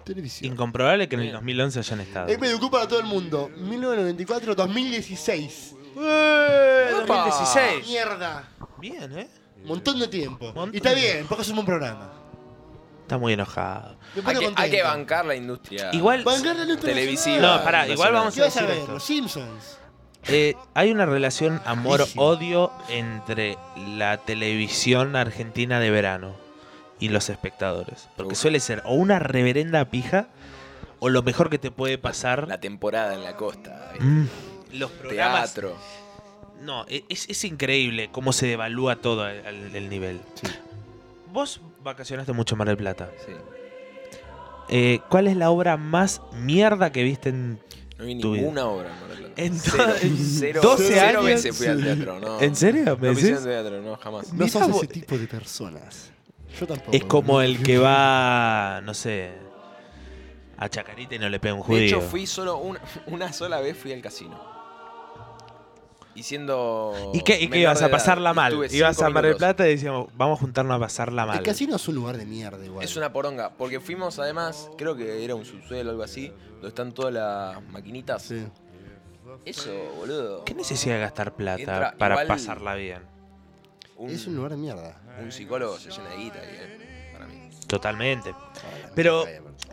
Speaker 5: Televisión.
Speaker 1: Incomprobable que en el 2011 hayan estado.
Speaker 5: MDQ para todo el mundo. 1994-2016.
Speaker 4: Upa.
Speaker 1: 2016.
Speaker 5: Mierda.
Speaker 1: Bien, ¿eh?
Speaker 5: Montón de tiempo.
Speaker 1: Montón
Speaker 5: y está
Speaker 1: de
Speaker 5: bien, porque es un buen programa.
Speaker 1: Está muy enojado.
Speaker 5: Me pone
Speaker 4: Hay que, hay
Speaker 5: contento.
Speaker 4: que bancar la industria.
Speaker 1: Igual.
Speaker 5: Bancar la luz
Speaker 4: Televisiva.
Speaker 5: nacional.
Speaker 1: No, pará, igual vamos
Speaker 5: ¿Qué
Speaker 1: a
Speaker 5: vas a
Speaker 1: decir
Speaker 5: ver?
Speaker 1: esto.
Speaker 5: Los Simpsons.
Speaker 1: Eh, hay una relación amor-odio entre la televisión argentina de verano y los espectadores. Porque
Speaker 4: Uf.
Speaker 1: suele ser o una reverenda pija o lo mejor que te puede pasar.
Speaker 4: La temporada en la costa. ¿viste?
Speaker 1: Mm. Los programas.
Speaker 4: Teatro.
Speaker 1: No, e- es, es increíble cómo se devalúa todo al- al- el nivel. Vos vacacionaste mucho en Mar del Plata.
Speaker 4: Sí.
Speaker 1: Eh, ¿Cuál es la obra más mierda que viste en,
Speaker 4: No vi
Speaker 1: Tu vida.
Speaker 4: ninguna obra en Mar del Plata.
Speaker 1: en
Speaker 4: Cero.
Speaker 1: todo- en
Speaker 4: Cero-
Speaker 1: 12
Speaker 4: cero
Speaker 1: años?
Speaker 4: veces fui al teatro, no.
Speaker 1: ¿En serio? ¿Me
Speaker 4: Ah, No fui
Speaker 1: decís?
Speaker 4: al teatro, no, jamás.
Speaker 5: No
Speaker 1: Mirá
Speaker 5: sos
Speaker 1: vos.
Speaker 5: ese tipo de personas. Yo tampoco.
Speaker 1: Es como
Speaker 5: ¿no?
Speaker 1: el que va, no sé, a Chacarita y no le pega un judío.
Speaker 4: De hecho, fui solo una, una sola vez fui al casino. Y siendo.
Speaker 1: ¿Y qué, y qué
Speaker 4: menor
Speaker 1: ibas
Speaker 4: de
Speaker 1: a
Speaker 4: edad,
Speaker 1: pasarla mal?
Speaker 4: estuve
Speaker 1: Ibas
Speaker 4: cinco
Speaker 1: a Mar del
Speaker 4: minutos.
Speaker 1: Plata y decíamos, vamos a juntarnos a pasarla mal.
Speaker 5: El casino es un lugar de mierda igual.
Speaker 4: Es una poronga, porque fuimos además, creo que era un subsuelo o algo así, donde están todas las maquinitas.
Speaker 5: Sí.
Speaker 4: Eso, boludo.
Speaker 1: ¿Qué necesidad de gastar plata
Speaker 4: Entra
Speaker 1: para
Speaker 4: igual-
Speaker 1: pasarla bien?
Speaker 4: Un,
Speaker 5: Es un lugar de mierda.
Speaker 4: un psicólogo se llena de guita ahí, eh, para mí.
Speaker 1: Totalmente. Pero,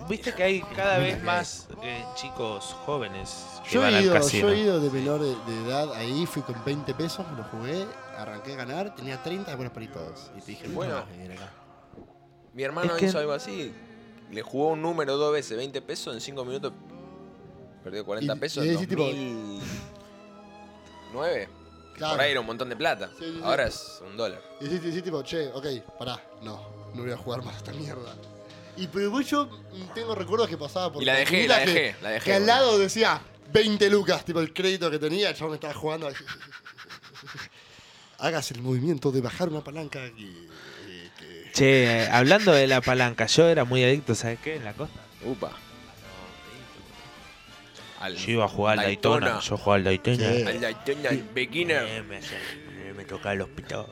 Speaker 1: viste que hay cada vez más eh, chicos jóvenes que
Speaker 5: Yo
Speaker 1: van
Speaker 5: he,
Speaker 1: al
Speaker 5: ido,
Speaker 1: casino.
Speaker 5: yo he ido de menor de, de edad ahí, fui con 20 pesos, me lo jugué, arranqué a ganar, tenía 30, después los perdí todos. Y te dije,
Speaker 4: Bueno.
Speaker 5: bueno, venir acá.
Speaker 4: Mi hermano
Speaker 1: Es que-
Speaker 4: hizo algo así. Le jugó un número dos veces, 20 pesos, en 5 minutos perdió 40
Speaker 5: Y-
Speaker 4: pesos.
Speaker 5: y
Speaker 4: En
Speaker 5: decís, tipo-
Speaker 4: 2009. que
Speaker 5: Claro.
Speaker 4: Por ahí era un montón de plata.
Speaker 5: Sí, sí, sí.
Speaker 4: Ahora es un dólar.
Speaker 5: Y sí, sí, sí, tipo, che, ok, pará, no, no voy a jugar más a esta mierda. Y pero vos yo mm, tengo recuerdos que pasaba por
Speaker 4: Y la dejé,
Speaker 5: maquinita
Speaker 4: la
Speaker 5: que-
Speaker 4: dejé, la dejé.
Speaker 5: Que al
Speaker 4: boludo.
Speaker 5: lado decía 20 lucas, tipo el crédito que tenía, el chabón estaba jugando. Hagas el movimiento de bajar una palanca y. y que-
Speaker 1: Che, eh, hablando de la palanca, yo era muy adicto, ¿sabes qué? En la costa.
Speaker 4: Upa. Al,
Speaker 1: Yo iba a jugar al Daytona.
Speaker 4: Daytona.
Speaker 1: Yo jugaba al Daytona.
Speaker 5: Sí.
Speaker 4: al Daytona al
Speaker 1: Eh,
Speaker 4: Beginner.
Speaker 1: me, hacía- me tocaba los pitos.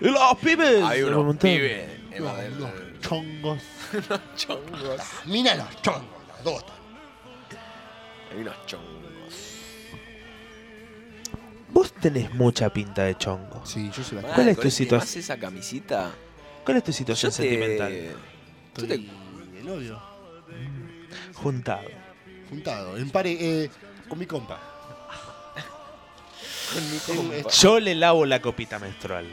Speaker 8: Los pibes.
Speaker 4: Hay
Speaker 1: Eh, un
Speaker 4: unos
Speaker 1: montón.
Speaker 4: pibes en Mar del-
Speaker 5: Los chongos.
Speaker 4: eh. chongos.
Speaker 5: Mina los chongos, las dos.
Speaker 4: Hay unos chongos.
Speaker 1: Vos tenés mucha pinta de chongo.
Speaker 5: Sí, yo soy
Speaker 1: ¿Cuál es
Speaker 4: Con
Speaker 1: tu
Speaker 4: el que
Speaker 1: situa-
Speaker 4: más esa camisita?
Speaker 1: ¿Cuál es tu
Speaker 4: Yo
Speaker 1: situación
Speaker 4: te-
Speaker 1: sentimental?
Speaker 4: yo
Speaker 5: Estoy
Speaker 4: te-
Speaker 5: de novio.
Speaker 1: Juntado.
Speaker 5: Juntado, en pare. eh, con mi compa.
Speaker 4: Tengo-
Speaker 5: compa.
Speaker 1: Yo le lavo la copita menstrual.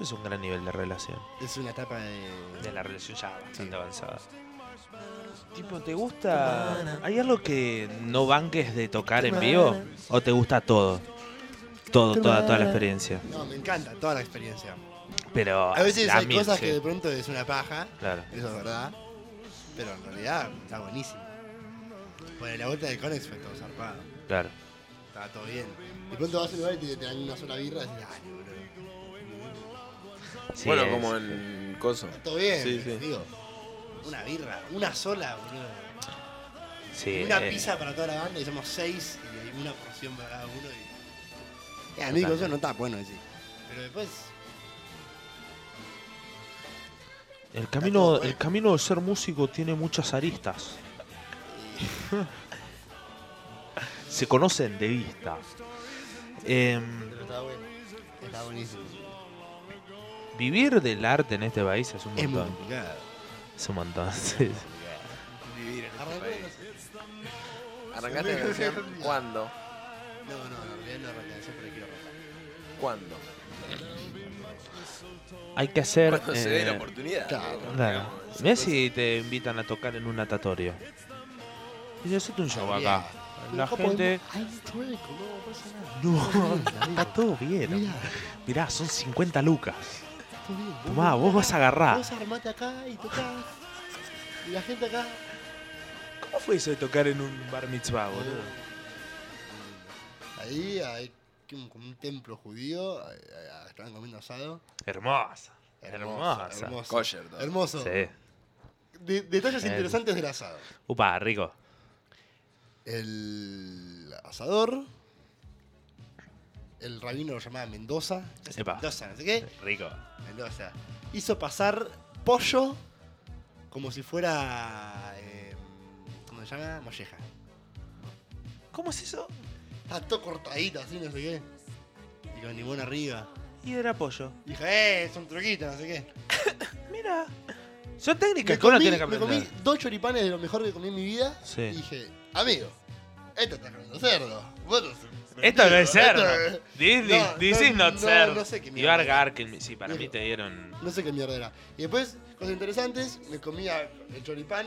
Speaker 1: Es un gran nivel de relación.
Speaker 5: Es una etapa de.
Speaker 1: De la relación ya bastante
Speaker 5: Sí.
Speaker 1: avanzada. Tipo, ¿te gusta? ¿Hay algo que no banques de tocar en vivo? ¿O te gusta todo? Todo, toda, toda la experiencia.
Speaker 5: No, me encanta toda la experiencia.
Speaker 1: Pero
Speaker 5: A veces
Speaker 1: la
Speaker 5: hay
Speaker 1: mil,
Speaker 5: cosas
Speaker 1: sí.
Speaker 5: que de pronto es una paja.
Speaker 1: Claro.
Speaker 5: Eso es verdad. Pero en realidad está buenísimo. Bueno, la vuelta de Conex fue todo zarpado.
Speaker 1: Claro.
Speaker 5: Estaba todo bien. De pronto vas a un lugar y te, te dan una sola birra y dices, ay, boludo.
Speaker 1: Sí,
Speaker 4: Bueno,
Speaker 1: es-
Speaker 4: como en Coso.
Speaker 5: Está todo bien.
Speaker 4: Sí, sí.
Speaker 5: Digo, una birra, una sola, boludo.
Speaker 1: sí,
Speaker 5: una
Speaker 1: eh,
Speaker 5: pizza para toda la banda y somos seis y hay una porción para cada uno. Y... Eh, Ya,
Speaker 1: Total.
Speaker 5: amigo, eso no está bueno decir. Pero después,
Speaker 1: El
Speaker 5: todo
Speaker 1: camino,
Speaker 5: bueno.
Speaker 1: el camino de ser músico tiene muchas aristas. Se conocen de vista. Em,
Speaker 5: Pero está bueno. Está buenísimo.
Speaker 1: vivir del arte en este país es un
Speaker 5: Es muy
Speaker 1: montón.
Speaker 5: complicado.
Speaker 1: Es un montón. sí.
Speaker 4: Vivir en este
Speaker 5: Arrancó
Speaker 4: país.
Speaker 5: la-
Speaker 4: ¿Arrancaste la
Speaker 5: se me-
Speaker 4: canción?
Speaker 5: No,
Speaker 4: ¿Cuándo?
Speaker 5: no, no, en realidad no arranqué la canción, pero quiero arrancar.
Speaker 4: ¿Cuándo?
Speaker 1: Hay que hacer.
Speaker 4: Cuando se dé la
Speaker 1: eh,
Speaker 4: oportunidad.
Speaker 5: claro.
Speaker 4: ¿no?
Speaker 1: Claro.
Speaker 4: Digamos,
Speaker 1: Mirá si te invitan a tocar en un natatorio. Dice, hacete un show
Speaker 5: Bien.
Speaker 1: acá. La
Speaker 5: Pero,
Speaker 1: gente.
Speaker 5: Capo, hay un chueco, no pasa nada.
Speaker 1: No, está todo bien.
Speaker 5: Mirá,
Speaker 1: Mirá, son 50 lucas.
Speaker 5: está todo bien.
Speaker 1: Tomá, vos vas a agarrar.
Speaker 5: Vos armate acá y tocás. Y la gente acá.
Speaker 1: ¿Cómo fue eso de tocar en un bar mitzvah, boludo?
Speaker 5: Ahí hay un, como un templo judío. eh, eh, Estaban comiendo asado.
Speaker 1: Hermosa.
Speaker 5: Hermoso,
Speaker 1: Hermosa.
Speaker 5: hermoso.
Speaker 4: Kosher, todo.
Speaker 5: Hermoso.
Speaker 1: Sí.
Speaker 5: De- detalles
Speaker 1: Bien.
Speaker 5: interesantes del asado.
Speaker 1: Upa, rico.
Speaker 5: El asador. El rabino lo llamaba Mendoza. Es
Speaker 1: Epa.
Speaker 5: Mendoza, no sé qué.
Speaker 1: Rico.
Speaker 5: Mendoza. Hizo pasar pollo como si fuera. eh, ¿Cómo se llama? Molleja.
Speaker 1: ¿Cómo es eso?
Speaker 5: Está todo cortadito así, no sé qué. Y con limón arriba.
Speaker 1: Y era pollo.
Speaker 5: Y dije, eh, es un truquito, no sé qué.
Speaker 1: Mira. Son técnicas
Speaker 5: Me
Speaker 1: que uno
Speaker 5: comí,
Speaker 1: tiene que
Speaker 5: me
Speaker 1: aprender.
Speaker 5: comí dos choripanes de lo mejor que comí en mi vida.
Speaker 1: Sí.
Speaker 5: Y dije, amigo, esto está comiendo cerdo. Vos no
Speaker 1: Esto no es cerdo.
Speaker 5: Esto-
Speaker 1: This,
Speaker 5: No,
Speaker 1: this
Speaker 5: no,
Speaker 1: is not
Speaker 5: no,
Speaker 1: cerdo.
Speaker 5: no sé qué
Speaker 1: Y
Speaker 5: mierda
Speaker 1: Bar
Speaker 5: es.
Speaker 1: Garkin, sí, para mí
Speaker 5: Viejo.
Speaker 1: te dieron.
Speaker 5: No sé qué mierda era. Y después, cosas interesantes, me comía el choripán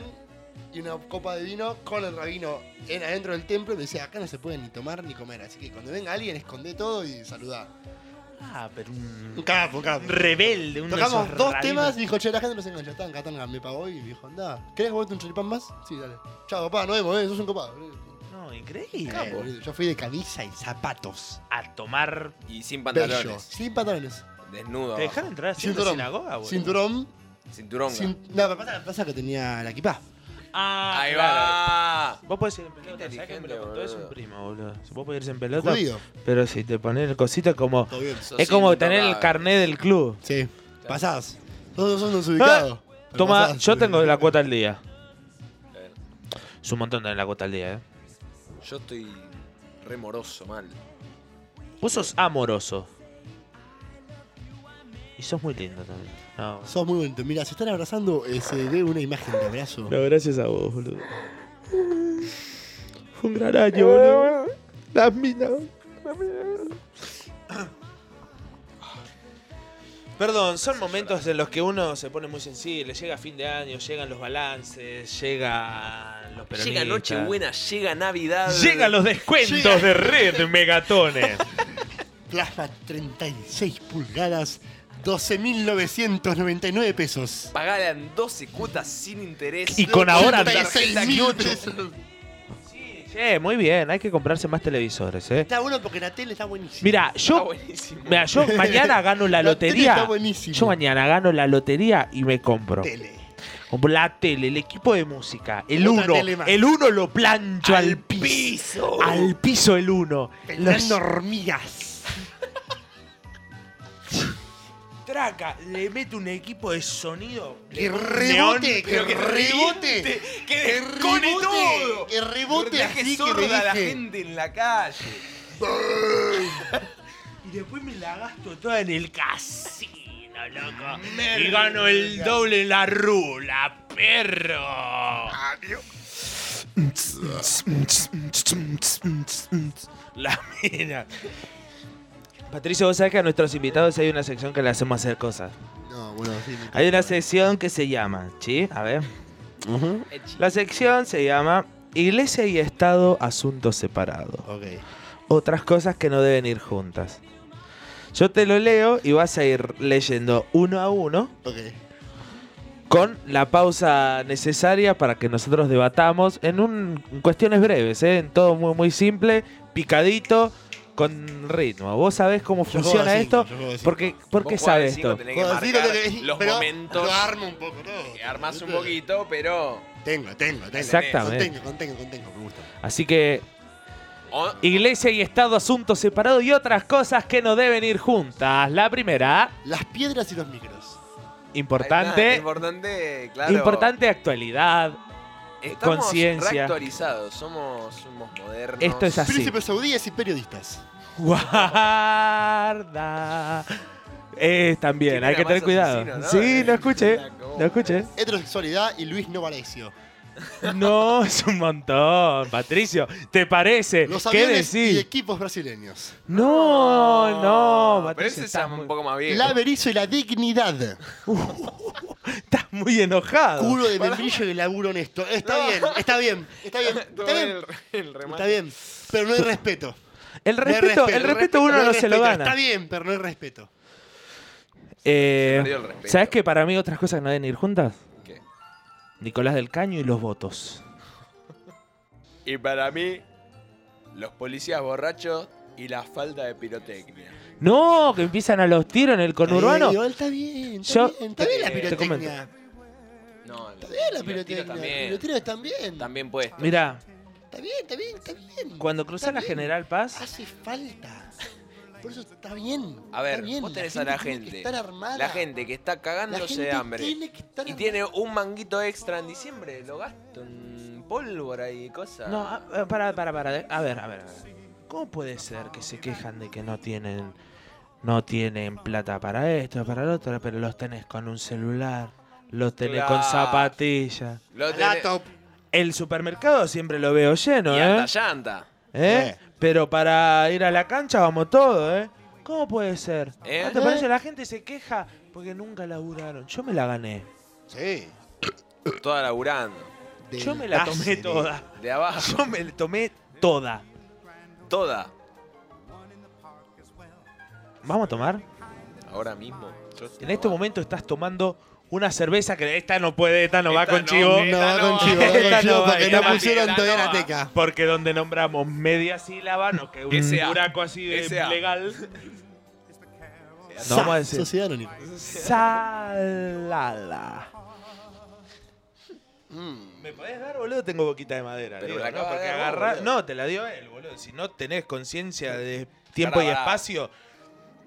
Speaker 5: y una copa de vino con el rabino en adentro del templo y me decía, acá no se puede ni tomar ni comer, así que cuando venga alguien esconde todo y saludá.
Speaker 1: Ah, pero
Speaker 5: Un
Speaker 1: un.
Speaker 5: capo, un capo.
Speaker 1: Rebelde, un
Speaker 5: Tocamos dos temas y dijo, che, la gente no se engancha, está en Catanga, me pagó y me dijo, anda, ¿querés comerte un choripán más? Sí, dale. Chao, papá, nos vemos, eh, sos un copado.
Speaker 1: No,
Speaker 5: Eh,
Speaker 1: increíble.
Speaker 5: boludo, Yo fui de camisa y zapatos.
Speaker 1: A tomar.
Speaker 4: Y sin
Speaker 5: Bello.
Speaker 4: pantalones.
Speaker 5: Sin pantalones.
Speaker 4: Desnudo.
Speaker 1: ¿Te dejaron entrar así en la
Speaker 5: Cinturón.
Speaker 1: sinagoga, boludo?
Speaker 5: Cinturón.
Speaker 4: Cinturón.
Speaker 5: Sin... No, me pasa, pasa que tenía la equipa.
Speaker 1: Ah,
Speaker 4: Ahí
Speaker 1: claro.
Speaker 4: va.
Speaker 1: Vos podés ir en pelota,
Speaker 4: Qué
Speaker 1: ¿sabés que me
Speaker 4: inteligente,
Speaker 1: lo contó? Es un
Speaker 4: boludo.
Speaker 1: primo, boludo. Vos podés irse en pelota,
Speaker 5: Judío.
Speaker 1: pero si te pones el cosito como...
Speaker 5: Todo bien.
Speaker 4: Sos
Speaker 1: Es como
Speaker 4: intocable.
Speaker 1: tener el carnet del club. Ah,
Speaker 5: Sí. Pasás. Todos son desubicados. Pero
Speaker 1: Toma,
Speaker 5: pasás.
Speaker 1: yo tengo la cuota al día. Es un montón tener la cuota al día, eh.
Speaker 4: Yo estoy remoroso mal.
Speaker 1: Vos sos amoroso. Y sos muy lindo también. No,
Speaker 5: Sos muy bonito. Mira, se están abrazando, eh, se ve una imagen de abrazo.
Speaker 1: gracias a vos, boludo. Fue un gran año, boludo. Las minas. Perdón, son momentos en los que uno se pone muy sensible. Llega fin de año, llegan los balances, llegan los peronistas.
Speaker 4: Llega Nochebuena, llega Navidad.
Speaker 14: Llegan los descuentos
Speaker 5: Llega.
Speaker 14: de Red Megatones.
Speaker 5: Plasma 36 pulgadas, 12.999 pesos.
Speaker 4: Pagala en 12 cuotas sin interés.
Speaker 14: Y con ahora
Speaker 4: tarjeta
Speaker 5: 36.000
Speaker 4: Kyoto.
Speaker 5: pesos.
Speaker 1: Sí, che, muy bien. Hay que comprarse más televisores, eh.
Speaker 5: Está bueno porque la tele está buenísima.
Speaker 1: Mira,
Speaker 4: Está
Speaker 1: yo,
Speaker 4: buenísimo.
Speaker 1: mira, yo mañana gano la
Speaker 5: La tele está
Speaker 1: lotería.
Speaker 5: buenísimo.
Speaker 1: Yo mañana gano la lotería y me compro.
Speaker 5: tele.
Speaker 1: Como la tele, el equipo de música, el
Speaker 5: Otra
Speaker 1: uno,
Speaker 5: tele más.
Speaker 1: el uno lo plancho al,
Speaker 5: Al
Speaker 1: piso. Al piso el uno.
Speaker 5: Pelando hormigas.
Speaker 1: traca, le mete un equipo de sonido.
Speaker 5: Que
Speaker 1: neón,
Speaker 5: rebote, que
Speaker 1: pero
Speaker 5: rebote.
Speaker 4: Que
Speaker 5: Que
Speaker 4: descone
Speaker 5: rebote,
Speaker 4: todo.
Speaker 5: que rebote
Speaker 4: Deje
Speaker 5: así que
Speaker 4: sorda
Speaker 5: me
Speaker 4: a la
Speaker 5: dije.
Speaker 4: gente en la calle.
Speaker 1: Y después me la gasto toda en el casino, loco. Y gano el doble en la rula, perro. La mina. Patricio, vos sabés que a nuestros invitados hay una sección que le hacemos hacer cosas.
Speaker 5: No, bueno, sí. me-
Speaker 1: Hay una sección que se llama, ¿sí? A ver. La sección se llama Iglesia y Estado, asuntos separados
Speaker 5: Ok.
Speaker 1: otras cosas que no deben ir juntas. Yo te lo leo y vas a ir leyendo uno a uno
Speaker 5: Ok.
Speaker 1: con la pausa necesaria para que nosotros debatamos en, un, en cuestiones breves, ¿eh? en todo muy, muy simple, picadito, con ritmo. Vos sabés cómo
Speaker 5: Yo juego
Speaker 1: funciona
Speaker 5: de cinco,
Speaker 1: esto,
Speaker 5: yo juego de cinco.
Speaker 1: porque, porque
Speaker 4: Vos jugás de
Speaker 1: sabes
Speaker 4: cinco,
Speaker 1: esto.
Speaker 4: tenés que
Speaker 5: Puedo
Speaker 4: marcar
Speaker 5: decir lo que-
Speaker 4: los
Speaker 5: pero
Speaker 4: momentos.
Speaker 5: Lo armo un poco, todo.
Speaker 4: que armás un poquito, pero.
Speaker 5: Tengo, tengo, tengo.
Speaker 1: Exactamente.
Speaker 5: Contengo, contengo, contengo, me gusta.
Speaker 1: Así que
Speaker 4: Oh,
Speaker 1: iglesia y Estado, asuntos separados y otras cosas que no deben ir juntas. La primera,
Speaker 5: Las piedras y los micros.
Speaker 4: ahí está,
Speaker 1: importante,
Speaker 4: Importante, claro.
Speaker 1: Importante actualidad,
Speaker 4: Estamos
Speaker 1: conciencia.
Speaker 4: reactualizados, somos, somos modernos.
Speaker 1: Esto es así.
Speaker 5: Príncipes saudíes y periodistas.
Speaker 1: Guarda. Eh, también, hay que tener cuidado. Sí, no escuché. No escuché.
Speaker 5: Heterosexualidad y Luis Novarecio.
Speaker 1: No, es un montón, Patricio. ¿Te parece?
Speaker 5: Los
Speaker 1: ¿Qué
Speaker 5: aviones y
Speaker 1: decís?
Speaker 5: equipos brasileños.
Speaker 1: No, no,
Speaker 4: Ah, Pero ese
Speaker 1: Patricio.
Speaker 4: está
Speaker 1: Estás
Speaker 4: un
Speaker 1: muy,
Speaker 4: poco más viejo.
Speaker 5: La averizo y la dignidad.
Speaker 1: muy enojado.
Speaker 5: Culo de membrillo y laburo honesto. Está bien, está bien, está bien, está bien. Está bien, pero no hay respeto.
Speaker 1: El
Speaker 5: No hay
Speaker 1: respeto, el respeto uno
Speaker 5: hay
Speaker 1: no se lo
Speaker 5: respeto.
Speaker 1: gana.
Speaker 5: Está bien, pero no hay respeto.
Speaker 1: Eh,
Speaker 4: perdió el respeto.
Speaker 1: ¿Sabes que para mí otras cosas que no deben ir juntas?
Speaker 4: ¿Qué?
Speaker 1: Nicolás del Caño y los votos.
Speaker 4: Y para mí, los policías borrachos y la falta de pirotecnia.
Speaker 1: No, que empiezan a los tiros en el conurbano.
Speaker 5: Está bien, igual está bien, está
Speaker 1: Yo-
Speaker 5: bien. Está bien la
Speaker 4: Eh, te
Speaker 5: pirotecnia.
Speaker 4: No,
Speaker 5: Está bien la
Speaker 4: y los tiros
Speaker 5: pirotecnia.
Speaker 4: También,
Speaker 5: Los tiros están bien.
Speaker 4: también puesto.
Speaker 1: Mira,
Speaker 5: Está bien, está bien, está bien.
Speaker 1: cuando cruzas la
Speaker 5: Está bien.
Speaker 1: General Paz,
Speaker 5: Hace falta. Por eso está bien.
Speaker 4: A ver,
Speaker 5: está bien.
Speaker 4: vos tenés a la gente.
Speaker 5: Tiene que estar armada.
Speaker 4: La gente que está
Speaker 5: La
Speaker 4: cagándose
Speaker 5: gente
Speaker 4: de hambre.
Speaker 5: Tiene que estar
Speaker 4: Y tiene un manguito extra en diciembre, lo gasto en pólvora y cosas.
Speaker 1: No, ah, eh, para, para, para. de- A ver, a ver, a ver. ¿Cómo puede ser que se quejan de que no tienen, no tienen plata para esto, para lo otro, pero los tenés con un celular, los tenés con
Speaker 4: Claro.
Speaker 1: zapatillas?
Speaker 4: Lo tenés-
Speaker 5: La top.
Speaker 1: El supermercado siempre lo veo lleno,
Speaker 4: y
Speaker 1: ¿eh?
Speaker 4: hasta llanta.
Speaker 1: ¿Eh? Pero para ir a la cancha vamos todo, ¿eh? ¿Cómo puede ser?
Speaker 4: ¿Eh?
Speaker 1: ¿No te parece? La gente se queja porque nunca laburaron. Yo me la gané.
Speaker 5: Sí.
Speaker 4: Toda laburando.
Speaker 5: Del
Speaker 1: Yo me la tomé
Speaker 5: Tacere.
Speaker 1: toda.
Speaker 4: De abajo,
Speaker 1: Yo me la tomé toda.
Speaker 4: toda.
Speaker 1: ¿Vamos a tomar?
Speaker 4: Ahora mismo. Yo estoy
Speaker 1: En este
Speaker 4: tomando.
Speaker 1: momento estás tomando una cerveza que esta no puede, esta no va
Speaker 4: Esta
Speaker 1: con
Speaker 4: no,
Speaker 1: chivo.
Speaker 5: No, va con chivo, va
Speaker 1: Esta
Speaker 5: con chivo,
Speaker 1: no va,
Speaker 5: porque
Speaker 1: esta
Speaker 5: no
Speaker 1: va,
Speaker 5: pusieron
Speaker 4: esta
Speaker 5: todavía
Speaker 4: no
Speaker 5: la
Speaker 4: va.
Speaker 5: teca.
Speaker 1: Porque donde nombramos media sílaba, no que un
Speaker 4: S.A..
Speaker 1: buraco así de
Speaker 4: S.A..
Speaker 1: legal. No
Speaker 5: Sa,
Speaker 1: vamos a decir.
Speaker 5: Sociedad Anónima.
Speaker 1: Salala. ¿Me podés dar, boludo? Tengo boquita de madera.
Speaker 4: Mm. Pero
Speaker 1: digo,
Speaker 4: la
Speaker 1: ¿no?
Speaker 4: acabas de
Speaker 1: Porque
Speaker 4: dar vos,
Speaker 1: agarrá-
Speaker 4: boludo.
Speaker 1: No, te la dio él, boludo. Si no tenés conciencia de tiempo
Speaker 4: Pará,
Speaker 1: y
Speaker 4: pará.
Speaker 1: espacio,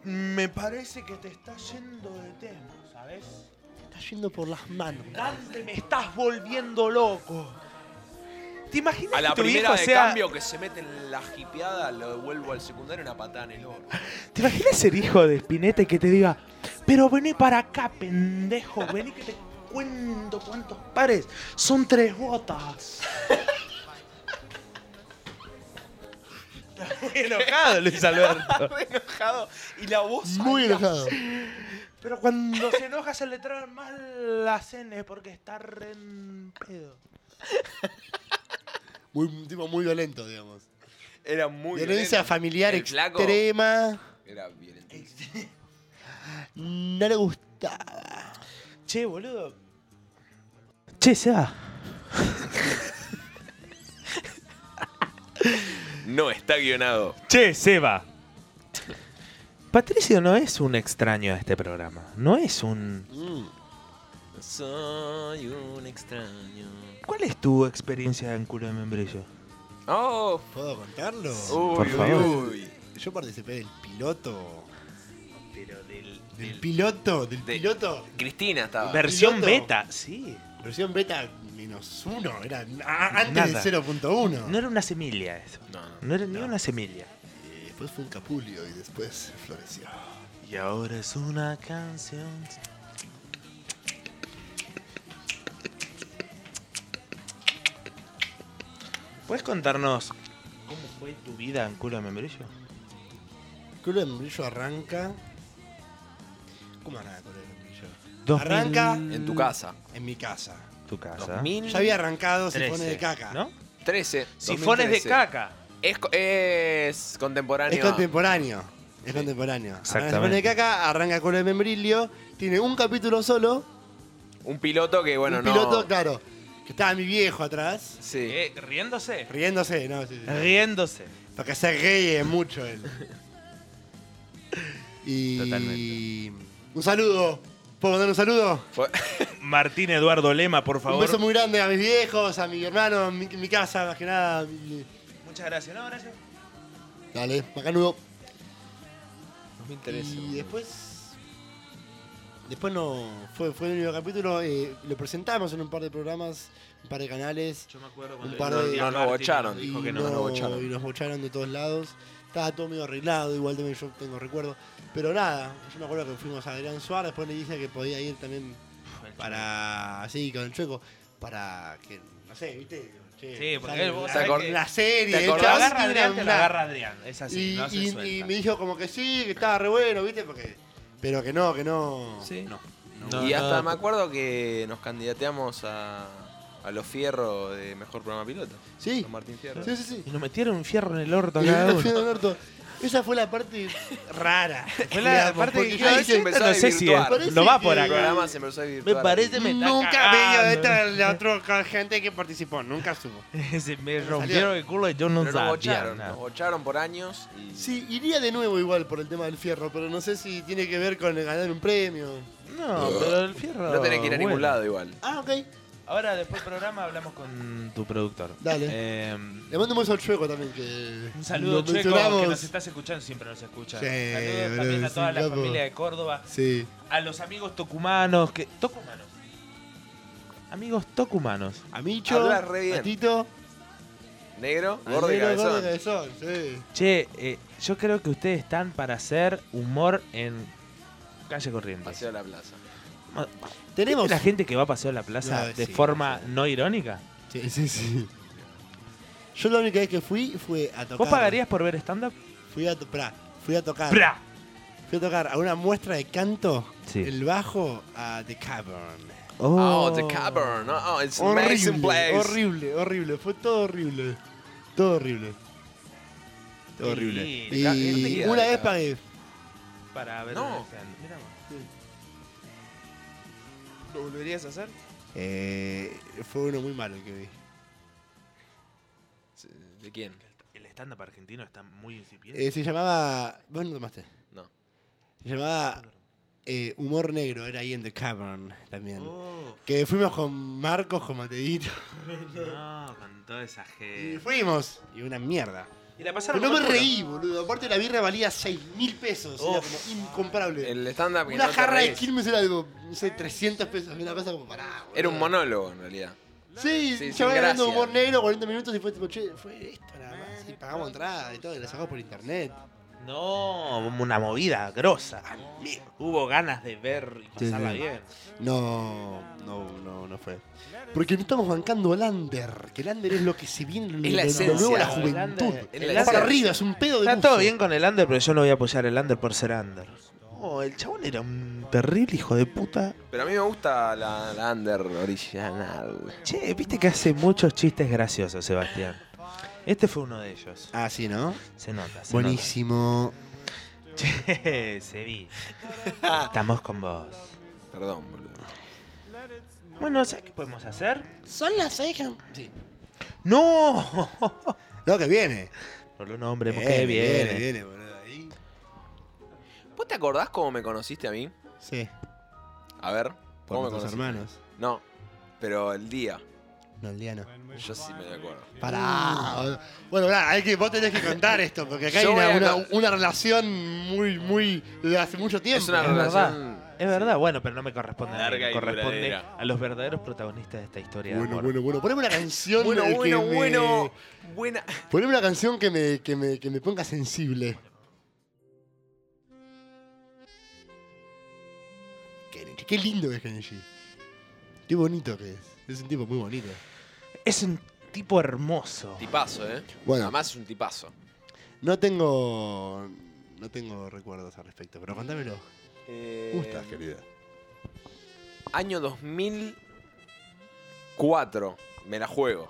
Speaker 1: me parece que te está yendo de tema, ¿sabes?
Speaker 5: Está yendo por las manos.
Speaker 1: Dante, me estás volviendo loco. ¿Te imaginas
Speaker 4: A la
Speaker 1: que tu
Speaker 4: primera
Speaker 1: viejo
Speaker 4: de
Speaker 1: sea...
Speaker 4: cambio que se mete en la jipeada, lo devuelvo al secundario una patada en el oro.
Speaker 1: ¿Te imaginas ser hijo de Spinetta y que te diga, pero vení para acá, pendejo, vení que te cuento cuántos pares, son tres botas. Está enojado Luis Alberto.
Speaker 4: enojado y la voz.
Speaker 5: Muy enojado.
Speaker 1: Pero cuando se enoja se le traen más las N porque está re en pedo.
Speaker 5: Muy, un tipo muy violento, digamos.
Speaker 4: Era muy
Speaker 5: Violencia
Speaker 4: violento.
Speaker 5: familiar
Speaker 4: El flaco
Speaker 5: extrema.
Speaker 4: Era violentísimo.
Speaker 5: No le gustaba.
Speaker 1: Che, boludo. Che, Seba.
Speaker 4: No está guionado.
Speaker 14: Che, Seba.
Speaker 1: Patricio no es un extraño a este programa. No es un...
Speaker 5: Mm.
Speaker 4: Soy un extraño.
Speaker 1: ¿Cuál es tu experiencia en culo de membrillo?
Speaker 4: Oh,
Speaker 5: ¿Puedo contarlo?
Speaker 4: uy,
Speaker 1: Por
Speaker 4: uy,
Speaker 1: favor.
Speaker 4: uy.
Speaker 5: Yo participé del piloto.
Speaker 4: Pero del,
Speaker 5: Del
Speaker 4: del-
Speaker 5: piloto, del
Speaker 4: del-
Speaker 5: piloto.
Speaker 4: Cristina estaba.
Speaker 1: Versión
Speaker 5: piloto.
Speaker 1: beta, sí.
Speaker 5: Versión beta menos uno. Era a- antes
Speaker 1: Nada.
Speaker 5: de 0.1.
Speaker 1: No era una semilla eso.
Speaker 4: No, no.
Speaker 1: No era ni una semilla.
Speaker 5: Y Eh, después fue un capulio y después floreció.
Speaker 1: Y ahora es una canción. ¿Puedes contarnos cómo fue tu vida en culo de membrillo?
Speaker 5: Culo de membrillo arranca. ¿Cómo arranca Culo de membrillo?
Speaker 1: 2000.
Speaker 5: Arranca
Speaker 4: En tu casa.
Speaker 5: en mi casa.
Speaker 1: Tu casa.
Speaker 4: 2000.
Speaker 5: Ya había arrancado Sifones
Speaker 1: 13,
Speaker 5: de Caca.
Speaker 1: ¿No?
Speaker 4: 13.
Speaker 1: Sifones de
Speaker 4: 2013.
Speaker 1: caca.
Speaker 4: Es, co- es
Speaker 5: Es
Speaker 4: contemporáneo. a-
Speaker 5: contemporáneo. Es contemporáneo. Arranca
Speaker 1: Exactamente.
Speaker 5: Sifones de Caca, arranca Culo de membrillo. Tiene un capítulo solo.
Speaker 4: Un piloto que, bueno,
Speaker 5: un
Speaker 4: no.
Speaker 5: piloto, claro. Que estaba mi viejo atrás.
Speaker 4: Sí.
Speaker 1: Eh, riéndose.
Speaker 5: Riéndose, no, sí, sí.
Speaker 1: Riéndose.
Speaker 5: Porque se ríe mucho él. Y.
Speaker 1: Totalmente.
Speaker 5: Un saludo. ¿Puedo mandar un saludo?
Speaker 4: Fue-
Speaker 14: Martín Eduardo Lema, por
Speaker 5: Un
Speaker 14: favor.
Speaker 5: beso muy grande a mis viejos, a mi hermano, a mi, mi casa, más que nada. a mi-
Speaker 1: Muchas gracias. No, gracias.
Speaker 5: Dale, macanudo.
Speaker 4: no me interesa.
Speaker 5: Y después. Después no. Fue, fue el único capítulo. eh, lo presentamos en un par de programas, un par de canales. Yo me acuerdo
Speaker 4: cuando
Speaker 5: un par
Speaker 4: no-
Speaker 5: de,
Speaker 4: no nos bocharon, dijo que no,
Speaker 5: y
Speaker 4: no nos bocharon.
Speaker 5: Y nos bocharon de todos lados. Estaba todo medio arreglado, igual también yo tengo recuerdo. Pero nada, yo me acuerdo que fuimos a Adrián Suárez, después le dije que podía ir también para. así, con el chueco. Para que. No sé, ¿viste? Che,
Speaker 1: Sí, porque
Speaker 5: sale
Speaker 1: él, vos
Speaker 5: la-
Speaker 1: sabés que-
Speaker 5: la serie.
Speaker 1: ¿Te
Speaker 5: el
Speaker 1: acordás?
Speaker 5: chabón
Speaker 1: Agarra a
Speaker 5: tiene
Speaker 1: Adrián, te lo
Speaker 5: una-
Speaker 1: agarra Adrián, es así,
Speaker 5: y,
Speaker 1: no se
Speaker 5: y- y
Speaker 1: suelta.
Speaker 5: me dijo como que sí, que estaba re bueno, ¿viste? Porque, pero que no, que no. Sí. No. No,
Speaker 4: y hasta
Speaker 5: no.
Speaker 4: me acuerdo que nos candidateamos a, a los fierros de mejor programa piloto.
Speaker 5: Sí.
Speaker 4: Don Martín Fierro.
Speaker 5: Sí, sí, sí.
Speaker 1: Y nos metieron un fierro en el orto a
Speaker 5: Y
Speaker 1: cada
Speaker 5: Fidel
Speaker 1: uno.
Speaker 5: Alberto, esa fue la parte rara.
Speaker 1: Fue la parte que yo
Speaker 5: ahí
Speaker 1: hice empezar a desvirtuar.
Speaker 5: parece
Speaker 1: Ah, No va por
Speaker 5: que
Speaker 1: acá.
Speaker 4: El programa se empezó a vivir.
Speaker 1: Me parece me está
Speaker 5: Nunca
Speaker 1: cagando.
Speaker 5: vi esta la otra con gente que participó, nunca supo.
Speaker 1: Se me rompieron el culo y yo no
Speaker 4: Pero nos
Speaker 1: sabía
Speaker 4: bocharon,
Speaker 1: nada.
Speaker 4: nos bocharon por años y
Speaker 5: Sí, iría de nuevo igual por el tema del fierro, pero no sé si tiene que ver con el ganar un premio.
Speaker 1: No, pero el fierro...
Speaker 4: no tenés que ir a ningún
Speaker 1: bueno.
Speaker 4: lado igual.
Speaker 5: Ah, ok.
Speaker 1: Ahora, después del programa, hablamos con Mm, tu productor.
Speaker 5: Dale.
Speaker 1: Eh,
Speaker 5: Le mando un beso al chueco también. Que
Speaker 1: un saludo,
Speaker 5: lo
Speaker 1: Chueco,
Speaker 5: mencionamos.
Speaker 1: que nos estás escuchando, siempre nos escucha.
Speaker 5: Sí,
Speaker 1: Saludos
Speaker 5: bro,
Speaker 1: también a
Speaker 5: es
Speaker 1: toda
Speaker 5: un
Speaker 1: la
Speaker 5: capo.
Speaker 1: familia de Córdoba.
Speaker 5: Sí.
Speaker 1: A los amigos tocumanos que... Tocumanos. Amigos tocumanos.
Speaker 5: A Micho,
Speaker 4: Hablas re bien.
Speaker 5: a Tito,
Speaker 4: Negro,
Speaker 5: a
Speaker 4: gordo y
Speaker 5: Nero, gordo
Speaker 4: cabezón.
Speaker 5: y cabezón, sí.
Speaker 1: Che, eh, yo creo que ustedes están para hacer humor en calle corriente.
Speaker 4: Paseo a la plaza.
Speaker 5: Tenemos.
Speaker 1: la gente que va a paseo a la plaza
Speaker 5: No,
Speaker 1: de
Speaker 5: sí,
Speaker 1: forma no irónica?
Speaker 5: Sí, sí, sí. Yo la única vez que fui fue a tocar.
Speaker 1: ¿Vos pagarías por ver stand-up?
Speaker 5: Fui a, to- pará, fui a tocar.
Speaker 1: ¡Pra!
Speaker 5: Fui a tocar a una muestra de canto.
Speaker 1: Sí.
Speaker 5: El bajo a The Cavern.
Speaker 4: Oh, the cavern. Oh, oh, it's an amazing
Speaker 5: Horrible,
Speaker 4: place.
Speaker 5: horrible, horrible. Fue todo horrible. Todo horrible. Todo horrible.
Speaker 1: Sí, The Cavern. ¿Dónde
Speaker 5: Y
Speaker 1: queda
Speaker 5: una
Speaker 1: The
Speaker 5: vez
Speaker 1: Cavern?
Speaker 5: pagué.
Speaker 1: Para ver
Speaker 4: No.
Speaker 1: el stand-up. Mirá vos.
Speaker 4: ¿Lo volverías a hacer?
Speaker 5: Eh, fue uno muy malo el que vi.
Speaker 4: ¿De quién?
Speaker 1: El stand-up argentino está muy incipiente.
Speaker 5: Eh, se llamaba. ¿Vos no tomaste?
Speaker 4: No.
Speaker 5: Se llamaba eh, Humor Negro, era ahí en The Cavern también.
Speaker 1: Oh,
Speaker 5: Que fuimos con Marcos, con Mateito.
Speaker 1: no, con toda esa
Speaker 5: Y
Speaker 1: gente.
Speaker 5: fuimos. Y una mierda.
Speaker 1: Y la
Speaker 5: Pero
Speaker 1: pasaron
Speaker 5: no me
Speaker 1: como el culo.
Speaker 5: reí, boludo. Aparte la birra valía 6 mil pesos. Era como incomparable.
Speaker 4: El stand-up que
Speaker 5: Una
Speaker 4: no te
Speaker 5: jarra de
Speaker 4: reís.
Speaker 5: Quilmes era algo, no sé, 300 pesos. Una cosa como pará, boludo.
Speaker 4: Era un monólogo en realidad.
Speaker 5: Sí,
Speaker 4: Sí,
Speaker 5: sí
Speaker 4: sin
Speaker 5: chaval hablando de
Speaker 4: gracia.
Speaker 5: humor negro, 40 minutos y fue tipo, che, fue esto nada más. Y pagamos entrada y todo, y la sacamos por internet.
Speaker 1: No, una movida grosa. Hubo ganas de ver y pasarla
Speaker 5: sí.
Speaker 1: bien.
Speaker 5: No, no, no, no fue. Porque no estamos bancando al under, que el under es lo que se viene, lo,
Speaker 4: Es la
Speaker 5: lo- lo
Speaker 4: esencia,
Speaker 5: nuevo de la
Speaker 4: el
Speaker 5: juventud.
Speaker 1: under- el
Speaker 5: Va para
Speaker 1: under-
Speaker 5: arriba, es un pedo de
Speaker 1: Está todo
Speaker 5: buzo.
Speaker 1: bien con el under, pero yo no voy a apoyar el under por ser under. No, el chabón era un terrible hijo de puta.
Speaker 4: Pero a mí me gusta la, la under original.
Speaker 1: Che, viste que hace muchos chistes graciosos, Sebastián. Este fue uno de ellos.
Speaker 5: Ah, sí, ¿no?
Speaker 1: Se nota, se
Speaker 5: Buenísimo.
Speaker 1: nota. Che, Sebi. Estamos con vos.
Speaker 4: Perdón, boludo.
Speaker 1: Bueno, ¿sabes qué podemos hacer?
Speaker 5: Son las cejas. Sí.
Speaker 1: ¡No!
Speaker 5: No, que viene.
Speaker 1: No lo nombremos,
Speaker 5: Viene,
Speaker 1: que viene.
Speaker 5: Viene, viene, boludo. Ahí.
Speaker 4: ¿Vos te acordás cómo me conociste a mí?
Speaker 5: Sí,
Speaker 4: A ver, ¿cómo
Speaker 5: por
Speaker 4: me
Speaker 5: tus
Speaker 4: conociste?
Speaker 5: hermanos.
Speaker 4: No, pero el día.
Speaker 5: No, el día no.
Speaker 4: Yo sí me acuerdo.
Speaker 5: Pará. Bueno, pará, hay que, vos tenés que contar esto, porque acá hay
Speaker 4: Mm. Yo
Speaker 5: una,
Speaker 4: voy a
Speaker 5: una-
Speaker 4: con-
Speaker 5: una relación muy, muy. de hace mucho tiempo.
Speaker 4: Es una
Speaker 1: Es
Speaker 4: relación.
Speaker 1: verdad, es verdad. Bueno, pero no me corresponde a mí,
Speaker 4: Larga
Speaker 1: me
Speaker 4: y
Speaker 1: corresponde
Speaker 4: duradera.
Speaker 1: a los verdaderos protagonistas de esta historia de
Speaker 5: Bueno,
Speaker 1: amor.
Speaker 5: bueno, bueno. Poneme una canción.
Speaker 4: Bueno,
Speaker 5: que
Speaker 4: bueno,
Speaker 5: me-
Speaker 4: bueno. Buena.
Speaker 5: Poneme una canción que me, que me, que me ponga sensible. Kenichi, Qué lindo que es Kenichi. Qué bonito que es. Es un tipo muy bonito.
Speaker 1: Es un tipo hermoso.
Speaker 4: Tipazo, ¿eh?
Speaker 5: Bueno.
Speaker 4: Además es un tipazo.
Speaker 5: No tengo. No tengo recuerdos al respecto, pero contámelo.
Speaker 4: Eh,
Speaker 5: Gustas, querida.
Speaker 4: Año 2004. Me la juego.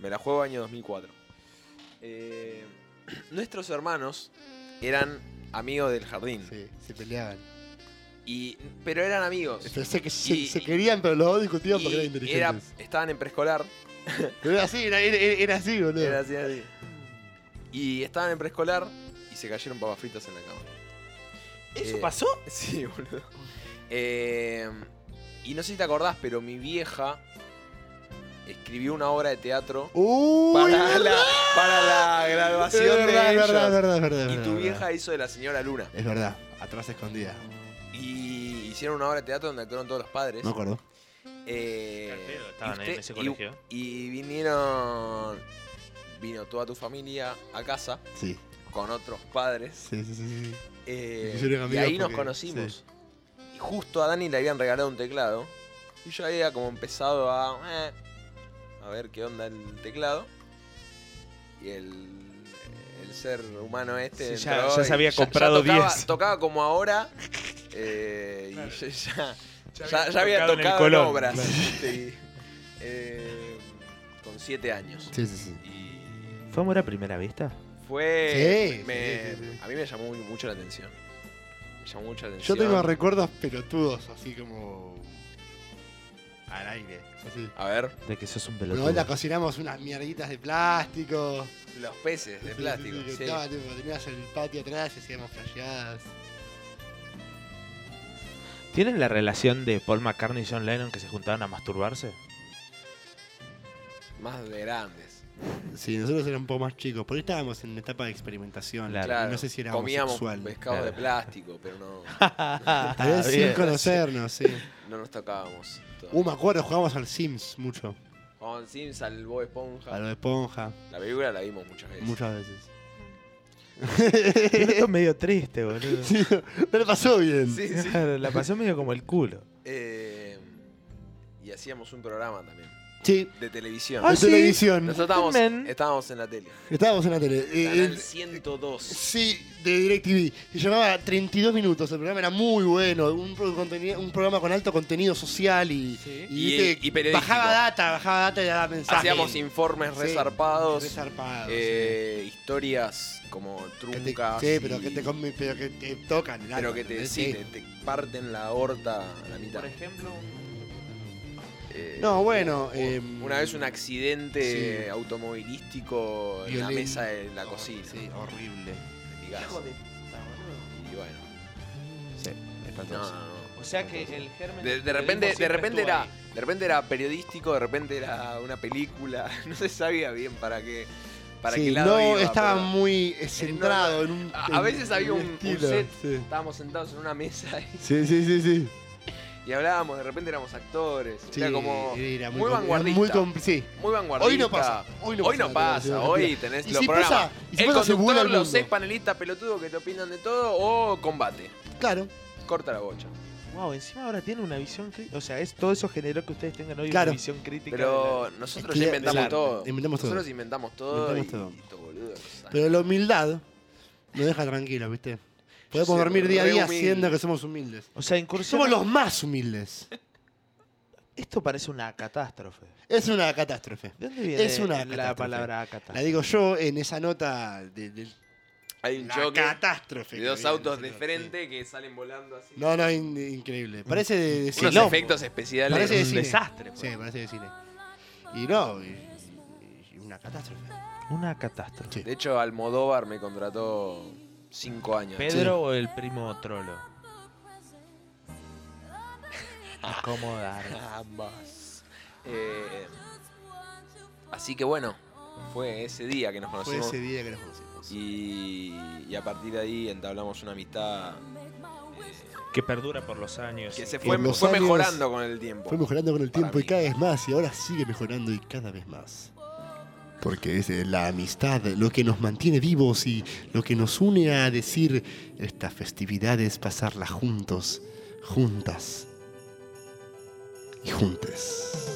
Speaker 4: Me la juego año 2004. Eh, nuestros hermanos eran amigos del jardín.
Speaker 5: Sí, se peleaban.
Speaker 4: Y, pero eran amigos.
Speaker 5: Pensé que se,
Speaker 4: Y-
Speaker 5: se querían, pero los dos discutían porque
Speaker 4: Y
Speaker 5: eran
Speaker 4: era-
Speaker 5: inteligentes.
Speaker 4: estaban en preescolar.
Speaker 5: Pero era así, era, era- era así, boludo.
Speaker 4: Era así, era así. Y estaban en preescolar y se cayeron papas fritas en la cama.
Speaker 1: ¿Eso
Speaker 4: Eh,
Speaker 1: pasó?
Speaker 4: Sí, boludo. Eh, y no sé si te acordás, pero mi vieja escribió una obra de teatro
Speaker 5: ¡Uy!
Speaker 4: para,
Speaker 5: verdad!
Speaker 4: la, para la
Speaker 5: Es
Speaker 4: graduación
Speaker 5: verdad,
Speaker 4: de
Speaker 5: es
Speaker 4: ellos.
Speaker 5: verdad, es verdad, es verdad, es
Speaker 4: y
Speaker 5: verdad,
Speaker 4: tu
Speaker 5: es verdad.
Speaker 4: vieja hizo de la señora Luna.
Speaker 5: Es verdad, atrás escondida.
Speaker 4: Y Y hicieron una obra de teatro donde actuaron todos los padres.
Speaker 5: Me acuerdo.
Speaker 4: Eh,
Speaker 1: Cartero, estaban
Speaker 4: y
Speaker 1: ahí en ese
Speaker 4: y-
Speaker 1: colegio.
Speaker 4: Y, vinieron. Vino toda tu familia a casa
Speaker 5: Sí.
Speaker 4: con otros padres.
Speaker 5: Sí, sí, sí. sí.
Speaker 4: eh,
Speaker 5: Se
Speaker 4: y
Speaker 5: hicieron amigos
Speaker 4: ahí nos
Speaker 5: porque-
Speaker 4: conocimos. Y justo a Dani le habían regalado un teclado. Y yo había como empezado a. eh, a ver qué onda el teclado. Y el. El ser humano este.
Speaker 1: Sí, ya-
Speaker 4: entró
Speaker 1: ya
Speaker 4: y
Speaker 1: se había comprado
Speaker 4: tocaba,
Speaker 1: 10.
Speaker 4: Tocaba como ahora. eh, y ya- ya, ya, ya había
Speaker 1: tocado en el
Speaker 4: tocado en
Speaker 1: Colón.
Speaker 4: obras.
Speaker 1: Claro.
Speaker 4: sí. Eh, con siete años.
Speaker 1: Sí, sí, sí. ¿Fue amor a primera vista?
Speaker 4: Fue.
Speaker 5: Sí,
Speaker 4: me- A mí me llamó muy- mucho la atención. Me llamó mucho la
Speaker 5: Yo
Speaker 4: atención.
Speaker 5: tengo recuerdos pelotudos, así como. al aire. Así.
Speaker 4: A ver.
Speaker 1: De que sos un
Speaker 5: Una
Speaker 1: pelotudo.
Speaker 5: la cocinamos unas mierditas de plástico.
Speaker 4: Los peces de plástico.
Speaker 5: que
Speaker 4: sí.
Speaker 5: estaban, tipo, tenías el patio atrás y hacíamos flasheadas.
Speaker 1: ¿Tienen la relación de Paul McCartney y John Lennon que se juntaban a masturbarse?
Speaker 4: Más de grandes.
Speaker 5: Sí, nosotros éramos un poco más chicos, porque estábamos en etapa de experimentación.
Speaker 4: Claro,
Speaker 5: No sé si era
Speaker 4: Comíamos
Speaker 5: homosexual.
Speaker 4: pescado de
Speaker 5: Claro.
Speaker 4: plástico, pero no.
Speaker 5: Tal
Speaker 4: Ah,
Speaker 5: vez Ah, sin conocernos, sí.
Speaker 4: No nos tocábamos.
Speaker 5: Uh, me acuerdo, jugábamos al Sims mucho.
Speaker 4: Jugaban Sims, al Bob Esponja.
Speaker 5: A lo de Esponja,
Speaker 4: La película la vimos muchas veces.
Speaker 5: muchas veces.
Speaker 1: Esto medio triste, boludo.
Speaker 5: no le pasó bien.
Speaker 4: Sí, sí.
Speaker 1: La pasó medio como el culo.
Speaker 4: Eh, y hacíamos un programa también.
Speaker 5: Sí.
Speaker 4: De televisión.
Speaker 5: Ah, De sí. televisión.
Speaker 4: Nosotros estábamos,
Speaker 5: También.
Speaker 4: estábamos en la tele.
Speaker 5: Estábamos en la tele. eh,
Speaker 4: Canal
Speaker 5: eh,
Speaker 4: 102.
Speaker 5: Sí, de DirecTV. Se llamaba 32 minutos. El programa era muy bueno. Un, pro- contenido- un programa con alto contenido social y,
Speaker 4: Y-
Speaker 5: viste,
Speaker 4: y periodístico.
Speaker 5: bajaba data, bajaba data y daba mensajes.
Speaker 4: Hacíamos informes
Speaker 5: Sí,
Speaker 4: resarpados.
Speaker 5: resarpados,
Speaker 4: eh, Historias como truncas.
Speaker 5: Sí, pero
Speaker 4: y-
Speaker 5: que te, comen- pero que te tocan. el
Speaker 4: Pero
Speaker 5: alma,
Speaker 4: que te,
Speaker 5: ¿entendés?
Speaker 4: sí,
Speaker 5: Sí.
Speaker 4: te, te parten la horta a la mitad. Por
Speaker 1: ejemplo.
Speaker 5: No, bueno. eh,
Speaker 4: Una vez un accidente
Speaker 5: sí.
Speaker 4: automovilístico en la
Speaker 5: Violento.
Speaker 4: mesa de la cocina.
Speaker 5: Sí, horrible.
Speaker 4: Hijo de Y bueno.
Speaker 5: Sí,
Speaker 4: No, no, no.
Speaker 1: O sea que el germen.
Speaker 4: De, de repente, de repente era, de repente era periodístico, de repente era una película. No se sabía bien para qué, para
Speaker 5: Sí,
Speaker 4: qué lado
Speaker 5: no
Speaker 4: iba,
Speaker 5: estaba
Speaker 4: pero-
Speaker 5: muy eh,
Speaker 4: no, no.
Speaker 5: centrado en un.
Speaker 4: A, a
Speaker 5: en
Speaker 4: veces había un, un
Speaker 5: estilo,
Speaker 4: set,
Speaker 5: sí.
Speaker 4: estábamos sentados en una mesa y,
Speaker 5: Sí, sí, sí, sí.
Speaker 4: y hablábamos, de repente éramos actores.
Speaker 5: Sí,
Speaker 4: era como
Speaker 5: era
Speaker 4: muy,
Speaker 5: muy, com- era
Speaker 4: vanguardista.
Speaker 5: muy com- sí.
Speaker 4: Muy vanguardista.
Speaker 5: Hoy no pasa,
Speaker 4: Hoy
Speaker 5: hoy
Speaker 4: no
Speaker 5: no
Speaker 4: pasa. Hoy,
Speaker 5: pasa la televisión argentina.
Speaker 4: tenés
Speaker 5: Y
Speaker 4: los
Speaker 5: si
Speaker 4: programas.
Speaker 5: pasa- y si
Speaker 4: el
Speaker 5: pasa, se vuela
Speaker 4: conductor,
Speaker 5: el
Speaker 4: los
Speaker 5: mundo.
Speaker 4: seis panelistas pelotudos que te opinan de todo o combate.
Speaker 5: Claro.
Speaker 4: Corta la bocha.
Speaker 1: Wow, encima ahora tiene una visión crítica. O sea, es todo eso generó que ustedes tengan hoy
Speaker 5: Claro.
Speaker 1: una visión crítica.
Speaker 4: Pero
Speaker 1: de la-
Speaker 4: nosotros
Speaker 5: Claro,
Speaker 4: ya inventamos
Speaker 5: claro,
Speaker 4: todo.
Speaker 5: inventamos todo.
Speaker 4: Nosotros inventamos todo
Speaker 5: Inventamos
Speaker 4: y, y todo, boludo.
Speaker 5: Pero la humildad nos deja tranquilos, ¿viste? Podemos
Speaker 4: soy
Speaker 5: dormir día a
Speaker 4: re
Speaker 5: día
Speaker 4: humilde.
Speaker 5: siendo que somos humildes.
Speaker 1: O sea, incursión.
Speaker 5: Somos los más humildes.
Speaker 1: Esto parece una catástrofe.
Speaker 5: Es una catástrofe.
Speaker 1: ¿De dónde viene
Speaker 5: es
Speaker 1: la
Speaker 5: una catástrofe.
Speaker 1: palabra catástrofe?
Speaker 5: La digo yo en esa nota de, de-
Speaker 4: Hay un
Speaker 5: La
Speaker 4: choque
Speaker 5: catástrofe
Speaker 4: de
Speaker 5: que
Speaker 4: dos
Speaker 5: había en
Speaker 4: autos
Speaker 5: ese
Speaker 4: de
Speaker 5: lugar,
Speaker 4: frente que salen volando así.
Speaker 5: No, no, in- increíble. Parece de, de
Speaker 4: Unos
Speaker 5: cine.
Speaker 4: efectos especiales.
Speaker 5: Parece de
Speaker 4: Un
Speaker 5: cine.
Speaker 4: desastre,
Speaker 5: Sí, parece de cine. Y no, y- y una catástrofe.
Speaker 1: Una catástrofe.
Speaker 4: De hecho, Almodóvar me contrató cinco años.
Speaker 1: ¿Pedro o el primo Trolo? Acomodar.
Speaker 4: Ambas. Eh, así que bueno, fue ese día que nos
Speaker 5: Fue
Speaker 4: conocimos.
Speaker 5: ese día que nos conocimos.
Speaker 4: Y, y a partir de ahí entablamos una amistad
Speaker 1: Que perdura por los años.
Speaker 4: que se
Speaker 5: Por
Speaker 4: fue,
Speaker 5: los
Speaker 4: fue
Speaker 5: años,
Speaker 4: mejorando con el tiempo.
Speaker 5: Fue mejorando con el
Speaker 4: Para
Speaker 5: tiempo y
Speaker 4: mí.
Speaker 5: cada vez más, y ahora sigue mejorando y cada vez más. Porque es eh, la amistad lo que nos mantiene vivos y lo que nos une a decir estas festividades, pasarlas juntos, juntas y juntes.